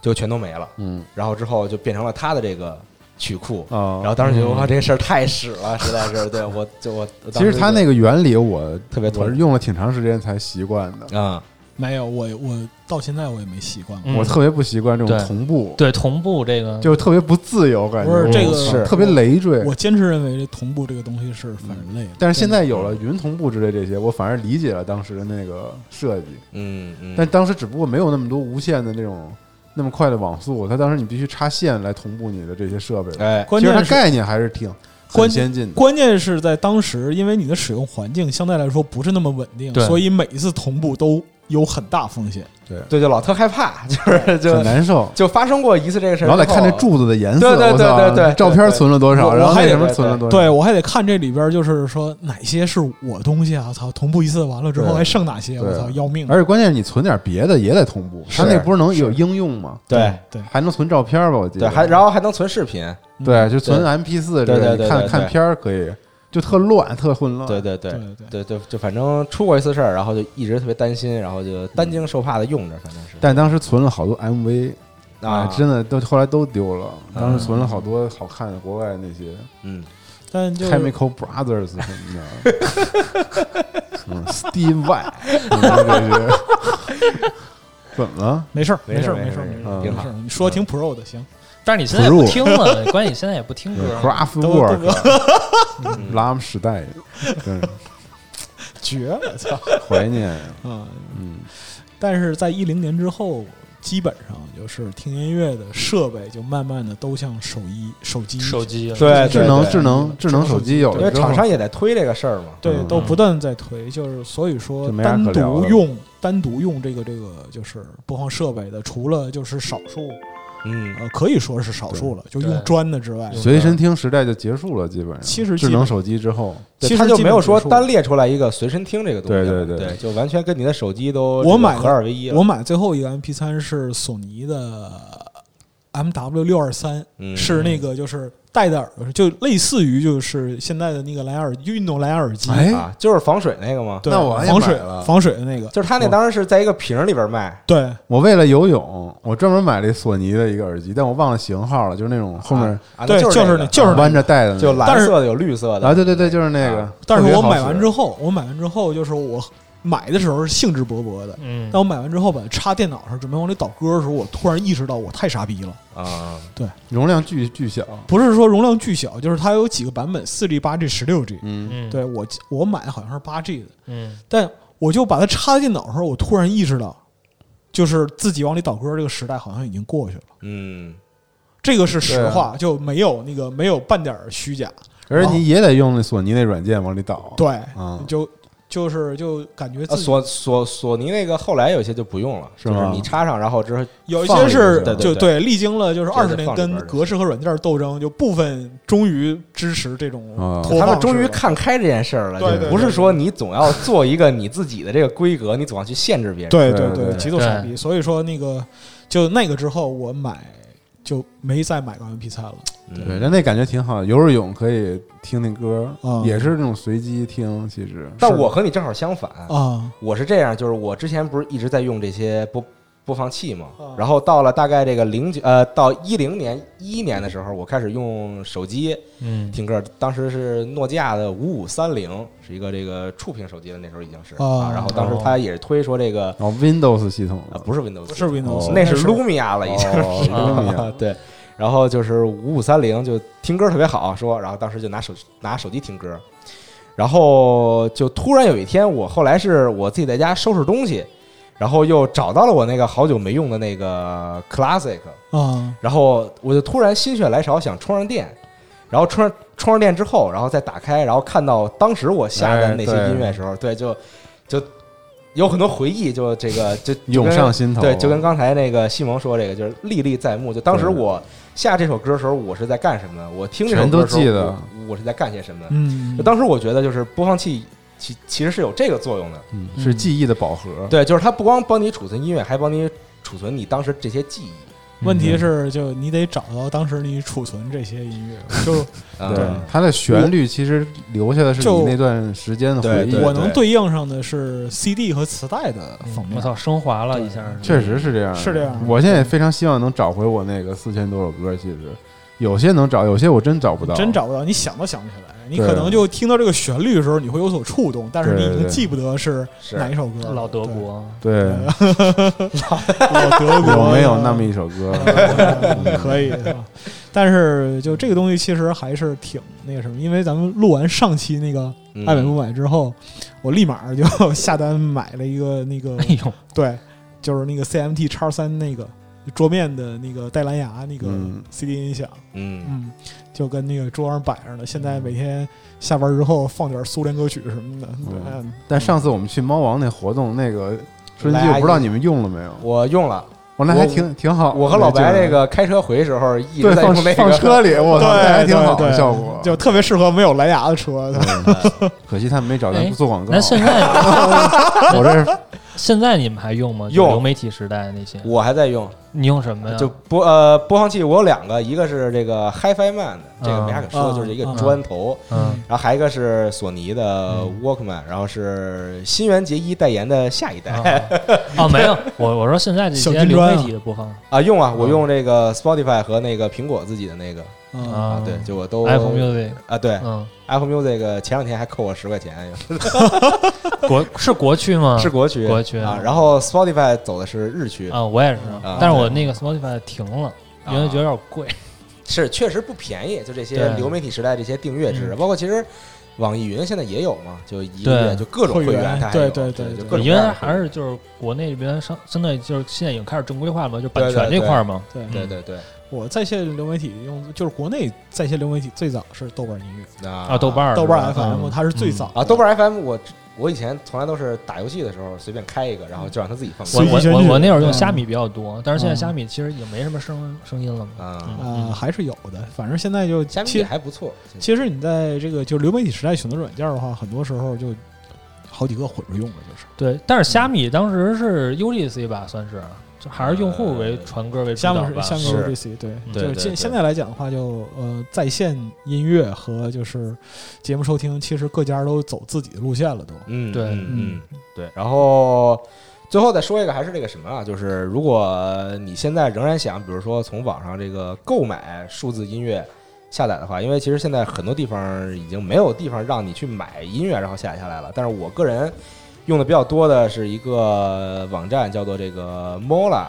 就全都没了，
嗯
然后之后就变成了他的这个曲库。
啊
然后当时觉得哇，这个事儿太屎了，实在是对 我就我我当
其实他那个原理我
特别痛
我是用了挺长时间才习惯的，
就啊
没有，我我到现在我也没习惯过。
嗯
我特别不习惯这
对
种同步，
对同步这个
就是特别不自由，感觉
不是这
我操
个
特别累赘。
我坚持认为这同步这个东西是反人类的。
但是现在
嗯
有了云同步之类这些，我反而理解了当时的那个设计。
嗯嗯，
但当时只不过没有那么多无线的那种那么快的网速，它当时你必须插线来同步你的这些设备。
哎
关
其实它
键是
概念还是挺很
关
先进的。
关键是在当时，因为你的使用环境相对来说不是那么稳定，
对
所以每一次同步都有很大风险。
对，就老特害怕， 就是
很
就
难受，
就发生过一次这个事儿之
然
后，
后得看这柱子的颜色，
对对
我操
对对对对
照片存了多
我
少，
我
然后
还得
那什么
对
存了
对
多少，
对我还得看这里边就是说哪些是我东西啊，操，同步一次完了之后
对
还剩哪些，
对
我操，要命！
而且关键是你存点别的也得同步，它
是
那不是能有应用吗？
对
对，
还能存照片吧？我记
对，
得
还然后还能存视频，
对，就存
对
MP 四之
对对对
类的，
对
你看
对
看片儿可以，就特乱，特混乱。
对对对
啊对对
对对，就反正出过一次事儿，然后就一直特别担心，然后
嗯
就担惊受怕的用着，反正是
但当时存了好多 MV
啊，
哎真的都后来都丢了。当时存了好多好看的国外那些
嗯，
但就
Chemical Brothers 什么的，嗯，Steve Y 什么的这些，怎么了？
没事儿，
没事
事
儿
儿，没事儿，
没
没
事
事
儿
儿，
挺
没
好
事儿。你说的挺 pro 的，行，
但是你现在也不听了，关键你现在也不听歌
啊
c r
了，
a f t
都都
Work 嗯拉姆时代，真是
绝了，操！
怀念。
啊，
嗯，
但是在一零年之后，基本上就是听音乐的设备就慢慢的都向手机、手机、
手机了
哎对
智能
对
智能智能手机有
因为
了之后
厂，商也在推这个事儿嘛，
对
嗯
都不断地在推，就是所以说
就没啥
单
可聊
独
的
用单独用这个这个就是播放设备的，除了就是少数，
嗯，
呃，可以说是少数了，就
对
用砖的之外，
随身听时代就结束了，基本上。
其实基
智
本
能手机之后，
对，
其
他
实
就
基
没
本
有说
结束
单列出来一个随身听这个东西了，
对对对
就完全跟你的手机都
我
这个
买
合二为一了，
我买最后一个 MP 3是索尼的 MW 六二三
嗯，
是那个就是戴的耳朵，就类似于就是现在的那个蓝牙耳运动蓝牙耳机，
哎，
啊，就是防水那个嘛，
对，
那我也
防水
买了
防水的那个，哦
就是
哦
他那当时是在一个瓶儿里边卖，
对，
我为了游泳，我专门买了一索尼的一个耳机，但我忘了型号了，就是那种后面
啊啊
对
那就
就
那
是那
个
嗯就是那个
弯着带的那
就
种。
蓝色的有绿色的
啊，对对对，就是那个
啊。
但是我买完之
后，
后，我买完之后就是我买的时候是兴致勃勃的，
嗯
但，我买完之后把它插电脑上准备往里导歌的时候，我突然意识到我太傻逼了。
啊，
容量巨巨小，
不是说容量巨小，就是它有几个版本，四 G、八 G、十六 G。
嗯，
嗯，
对我我买的好像是八 G 的，
嗯，
但我就把它插在电脑上，我突然意识到，就是自己往里导歌这个时代好像已经过去了。
嗯，
这个是实话，就没有那个没有半点儿虚假。
而且你也得用那索尼那软件往里导。
对，
嗯
就就是就感觉
啊
自己、
索索索尼那个后来有些就不用了，
是
就
吗
你插上，然后之后
有一
放
些
里
是
边儿
就
对对
历经了就是
对对
二十年
放里边
跟
儿
格式和软件斗争，就部分终于支持这种
啊
脱放式了、
他们终于看开这件事儿了，
对对
就
对
不是说你总要做一个你自己的这个规格，你总要去限制别人。
对
对
对
对
极度傻
对
逼。所以说那个就那个之后，我买就没再买过 MP 3了。
嗯
对，但那感觉挺好，游游泳可以听听歌
啊，
也是那种随机听，其实。
但我和你正好相反，
啊，
我是这样，就是我之前不是一直在用这些播播放器嘛
啊，
然后到了大概这个零九呃到一零年一一年的时候，我开始用手机
嗯，
听歌，当时是诺基亚的五五三零，是一个这个触屏手机了，那时候已经是
哦
啊，然后当时它也是推说这个
然后哦 Windows 系统
啊不是 Windows，
不是 Windows，
哦
那是
是
Lumia 了已经是。啊
嗯哦这么
对，然后就是五五三零就听歌特别好，说，然后当时就拿手拿手机听歌，然后就突然有一天，我后来是我自己在家收拾东西，然后又找到了我那个好久没用的那个 Classic，
啊
然后我就突然心血来潮想充上电，然后充上充上电之后，然后再打开，然后看到当时我下的那些
哎对
音乐时候，对，就就有很多回忆，就这个就
涌上心头
对，就跟刚才那个西蒙说这个，就是历历在目。就当时
对
我下这首歌的时候，我是在干什么呢？我听这首
全
歌
都
的时候，
记得
我我是在干些什么呢？
嗯
就，当时我觉得，就是播放器其其实是有这个作用的。
嗯，是记忆的宝盒。
对，就是它不光帮你储存音乐，还帮你储存你当时这些记忆。
问题是就你得找到当时你储存这些音乐，就
嗯
对，它的旋律其实留下的是你
就
那段时间的回 忆
对。嗯
我能对应上的是 CD 和磁带的封
我
面。
操，升华了一下，
确实是这样，
是这样
我现在也非常希望能找回我那个四千多首歌，其实有些能找，有些我真找不到，
真找不到，你想都想不起来。你
对
可能就听到这个旋律的时候，你会有所触动，但是你已
对
经
对
记不得是
是
哪一首歌了。
老德
对，
国，
对，
老德国
有没有那么一首歌？
嗯 可以，是吧但是就这个东西其实还是挺那个什么，因为咱们录完上期那个
嗯
爱买不买之后，我立马就 下单买了一个那 个
哎呦，
对，就是那个 CMT 叉三那个桌面的那个带蓝牙那个
嗯
CD 音响，
嗯，
嗯，就跟那个桌上摆着呢。现在每天下班之后放点苏联歌曲什么的，对
嗯但上次我们去猫王那活动，那个春季，我不知道你们用了没有？
我用了，
我那还
我
挺挺
哦
好。
我和老白
那
那个开车回的时候一直
对
在
放
用那
放
个。
车里，我操，
对
那还挺好
对
的
对
效果。嗯
就特别适合没有蓝牙的车。
可惜他们没找咱
哎
做广告
那。现在
我这是
现在你们还用吗？
用
流媒体时代那 些，
我还在用，
你用什么呀？
就播呃播放器，我有两个，一个是这个 HiFi Man 的，这个没啥可说的，
啊
就是一个砖头，
嗯，
然后还有一个是索尼的 Walkman，然后是新垣结衣代言的下一
啊
代
哦，没有，我我说现在这
小
些
金
流
砖
媒
啊
体的播放
啊，用
嗯
啊，我用这个 Spotify 和那个苹果自己的那个
啊，
啊
啊，，对，就我都
，iPhone Music，
啊，对
嗯，
Apple Music 呃前两天还扣我十块钱，
国是国区吗？
哎是国区
国区嗯
啊，然后 Spotify 走的是日区，
啊，我也是
啊，
但是我那个 Spotify 停了，
啊
因为觉得有点贵。
是确实不便宜，就这些
对嗯
流媒体时代这些订阅制，包括其实网易云现在也有嘛，就一个
对
月就各种
会员
员，它还有
对对
对
对
就
对
各种
因
各
为
样的
还
会员
是就是国内这边相相对就是现在已经开始正规化了嘛，就版
对
权
对
这块儿嘛，
对
对对对
我在线流媒体用就是国内在线流媒体最早是豆瓣音乐，
那
啊，豆瓣儿
豆瓣
是吧
FM
嗯
它是最早
啊，豆瓣 FM 我我以前从来都是打游戏的时候随便开一个，然后就让它自己放歌
我
随机选
我我
取
我那会儿用
嗯
虾米比较多，但是现在
嗯
虾米其实也没什么声声音了嘛。
啊，
啊，还是有的。反正现在就
虾米
其
也还不错，
其实你在这个就是流媒体时代选择软件的话，很多时候就好几个混着用了，就是。
对，但是虾米当时是 UGC 吧，算是就还是用户为传歌为主
下
导
面
吧
是。嗯下
呃是
面 VC 对，
对
就
对
是现
对
现在来讲的话，就呃在线音乐和就是节目收听，其实各家都走自己的路线了都。
嗯，
对
嗯，嗯对。然后最后再说一个，还是这个什么啊，就是如果你现在仍然想，比如说从网上这个购买数字音乐下载的话，因为其实现在很多地方已经没有地方让你去买音乐然后下载下来了。但是我个人用的比较多的是一个网站，叫做这个 Mola。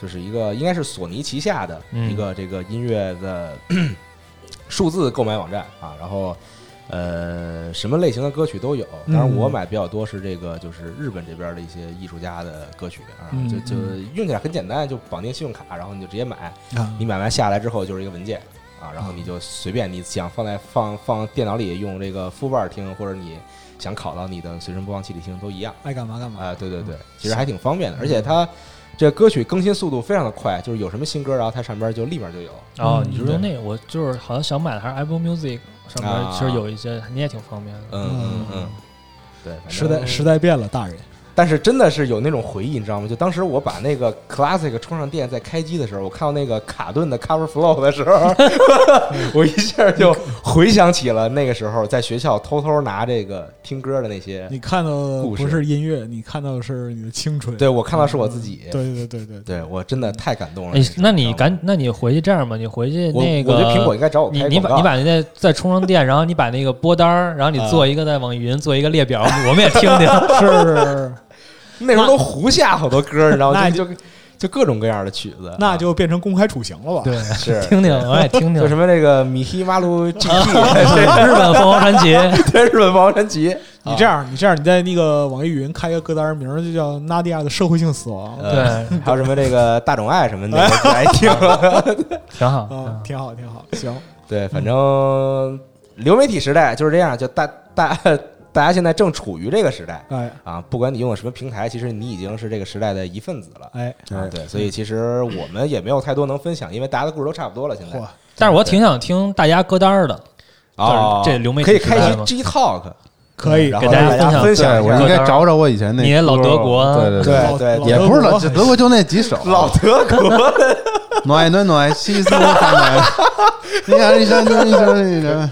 就是一个应该是索尼旗下的
嗯
一个这个音乐的 数字购买网站啊，然后呃，什么类型的歌曲都有。当然，
嗯
我买比较多是这个，就是日本这边的一些艺术家的歌曲啊，
嗯
就就
嗯
用起来很简单，就绑定信用卡，然后你就直接买。
啊
你买完下来之后就是一个文件啊，然后
嗯
你就随便你想放在放放电脑里用这个 f 瓣 b 听，或者你想拷到你的随身播放器里听都一样。
爱干嘛干嘛。
啊，对对对，其实还挺方便的，而且它这个歌曲更新速度非常的快，就是有什么新歌，然后它上边就立马就有。
哦，
嗯
你是用那个？我就是好像想买的还是 Apple Music 上面，其实有一些你也挺方便的。
啊嗯
哎
嗯嗯
嗯，
对，反正
时代时代变了，大人。
但是真的是有那种回忆，你知道吗？就当时我把那个 Classic 充上电，在开机的时候，我看到那个卡顿的 Cover Flow 的时 候，我一下就回想起了那个时候在学校偷偷拿这个听歌的那些。
你看到的
哎故事
不是音乐，你看到的是你的青春。嗯
对我看到是我自己，
对对对对对，
嗯对我真的太感动了
哎
个时，候。
那你
知道吗
赶，那你回去这样吧，你回去
我
那个，
我觉得苹果应该找我
你
哦开
你
广
把你
告
把那再再充上电，然后你把那个播单儿，然后你做一个在网易云做一个列表，我们也听 听。
是是是，
那时候都胡下好多歌，你知道吗？
那
就就就各种各样的曲子，
那就变成公开处刑了吧？
对，
是
听听，我也听听。
就什么那个米希马鲁 GT，对
日 本凤凰传奇，
对日本王传奇，
你这样，你这样，你在那个网易云开一个歌单，名儿就叫《纳迪亚的社会性死亡》啊
呃，还有什么这个大冢爱什么的，来听 了。
挺好。
哦
啊，挺好，挺好。行，
对，反正流媒体时代就是这样，就大大大家现在正处于这个时代
哎
啊，不管你用的什么平台，其实你已经是这个时代的一份子了。
哎，
啊，对，所以其实我们也没有太多能分享，因为大家的故事都差不多了。现在
嚯
但是我挺想听大家歌单儿
哦
的，
啊，
这流媒体
可以开
时
一
代吗
期 G Talk，
可以
然
给
后
大家
让大家
分
分
对
享一
我
下
应。该找找我以前那
你也老德国啊
对对
对
老
对
老
也
德
不是
国
老德国就那几首，
老德国的
暖暖暖，西斯发 暖。你看一声一声一声，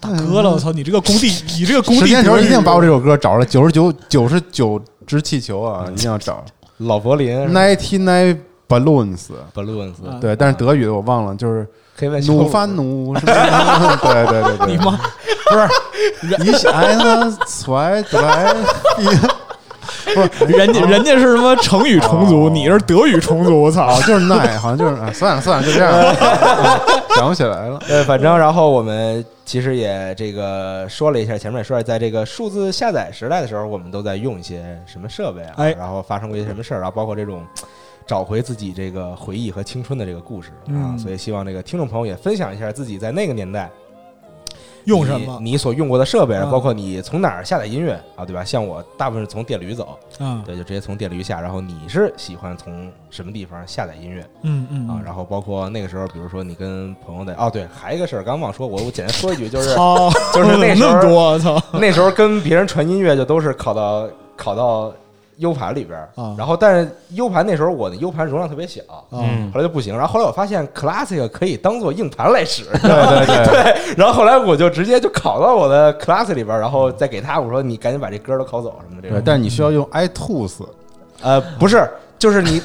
大哥了，我操！你这个工地，你这个工
嗯时
地
间轴一定把我
这
这首歌找出来，九十九九十九只气球啊，
嗯
一定要找。
老柏林是吧
Ninety nine balloons，
balloons，
对，但是德语的我忘了，就是
啊可以问
努
小
发努，是吧 对对对对，
你妈
你想啊，zwei drei，不是啊
人家人家是什么成语重组，
哦
你是德语重组，我操
哦，！就是 nine，好像就是啊，算了算了，就这样，想不起来了。
呃，反正然后我们其实也这个说了一下，前面也说了，在这个数字下载时代的时候，我们都在用一些什么设备啊，
哎
然后发生过一些什么事儿，然后包括这种找回自己这个回忆和青春的这个故事啊，
嗯
所以希望这个听众朋友也分享一下自己在那个年代
用什么
你你所用过的设备，
啊
包括你从哪儿下载音乐啊，对吧？像我大部分是从电驴走，
啊？
对，就直接从电驴下，然后你是喜欢从什么地方下载音乐？
嗯嗯
啊，
嗯，
然后包括那个时候，比如说你跟朋友在哦，对，还有一个事儿，刚忘说，我我简单说一句，就是
操，
就是那时
那
候
么多，我操！啊
那时候跟别人传音乐就都是拷到拷到 U 盘里边儿
啊
然后但是 U 盘那时候我的 U 盘容量特别小，后
嗯
来就不行，然后后来我发现 Classic 可以当做硬盘来 使，
对对对，
然后后来我就直接就拷到我的 Classic 里边儿，然后再给他我说你赶紧把这歌都拷走什么的这
对
种，，
但是你需要用 iTunes，
呃，不是，就是你，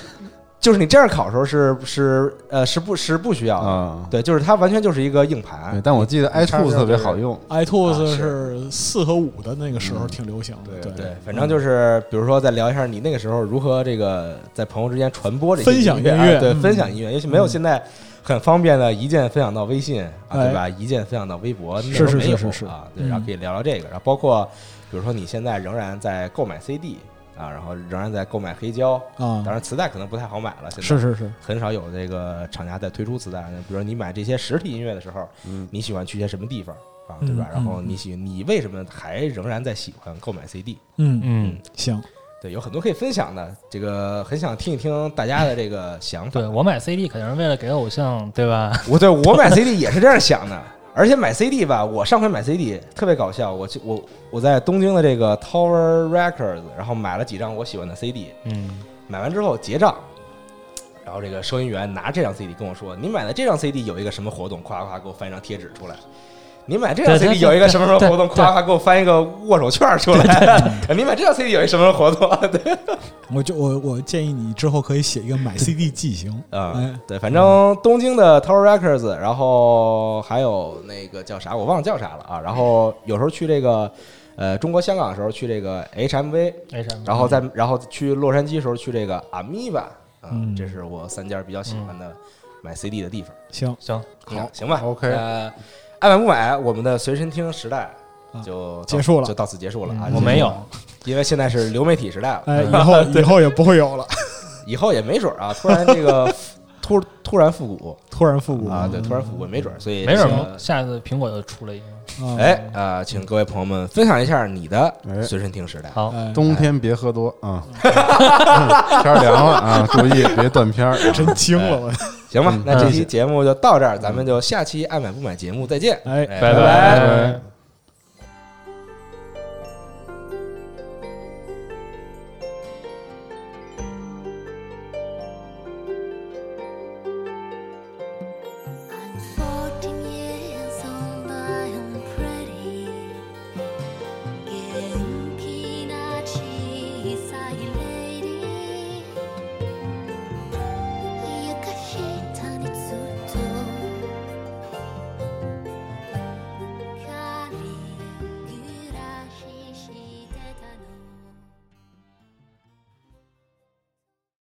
就是你这样拷的时候是是呃是不是不需要的，
啊
对，就是它完全就是一个硬盘
嗯
对，，但我记得
你插
iTunes
上
特别
就是
好用。
iTunes
啊嗯
是四和五的那个时候挺流行的，
对，反正就是，比如说，再聊一下你那个时候如何这个在朋友之间传播这些
分享
音乐，
音乐
哎对，
嗯
分享音乐，尤其没有现在很方便的一键分享到微信啊，
哎
对吧？一键分享到微博，那
是
时候
是
没有
是是是
啊，对，然后
嗯
可以聊聊这个，然后包括比如说你现在仍然在购买 CD 啊，然后仍然在购买黑胶，
啊
当，然磁带可能不太好买了，现在
是是是，
很少有这个厂家在推出磁带。比如说你买这些实体音乐的时候，你喜欢去些什么地方啊，对吧？
嗯
然后你喜你为什么还仍然在喜欢购买 CD？
嗯嗯，
嗯，
行，
对，有很多可以分享的，这个很想听一听大家的这个想法。
对我买 CD 肯定是为了给偶像，对吧？
我对我买 CD 也是这样想的，而且买 CD 吧，我上回买 CD 特别搞笑，我去我我在东京的这个 Tower Records，然后买了几张我喜欢的 CD，
嗯，
买完之后结账，然后这个收银员拿这张 CD 跟我说：“你买的这张 CD 有一个什么活动？”夸夸给我翻一张贴纸出来。你买这张
对
CD
对
有一个什么什么活动？
对对
夸夸给我翻一个握手券出来。 你买这张 CD 有一什么什么活动？ 对
我就我我建议你之后可以写一个买 CD 记型，
啊、
哎，
对，反正东京的 Tower Records，然后还有那个叫啥，我忘了叫啥了啊。然后有时候去这个呃中国香港的时候去这个 HMV，
没事。
然后在然后去洛杉矶的时候去这个 Amiba，啊、
嗯
这是我三家比较喜欢的买 CD 的地方。
行，
行，
好，行吧
OK
呃，爱买不买，我们的随身听时代
啊
就到
结束了嗯
就到此结束了啊。
我没有，
因为现在是流媒体时代了，
哎，以后以后也不会有了，
以后也没准儿啊，突然这个 突 突然复古
突然复古
啊，对，突然复古也没准儿，所以
没准
这
儿
个
下次苹果就出了一个。
啊
哎，啊、呃请各位朋友们分享一下你的
哎
随身听时代。
好，
哎
冬天别喝多 啊，天儿凉了啊，注意别断片儿。
真惊
哎
了我，
行吧
嗯，
那这
谢谢
期节目就到这儿，咱们就下期爱买不买节目再见。
哎。
哎
拜
拜
拜拜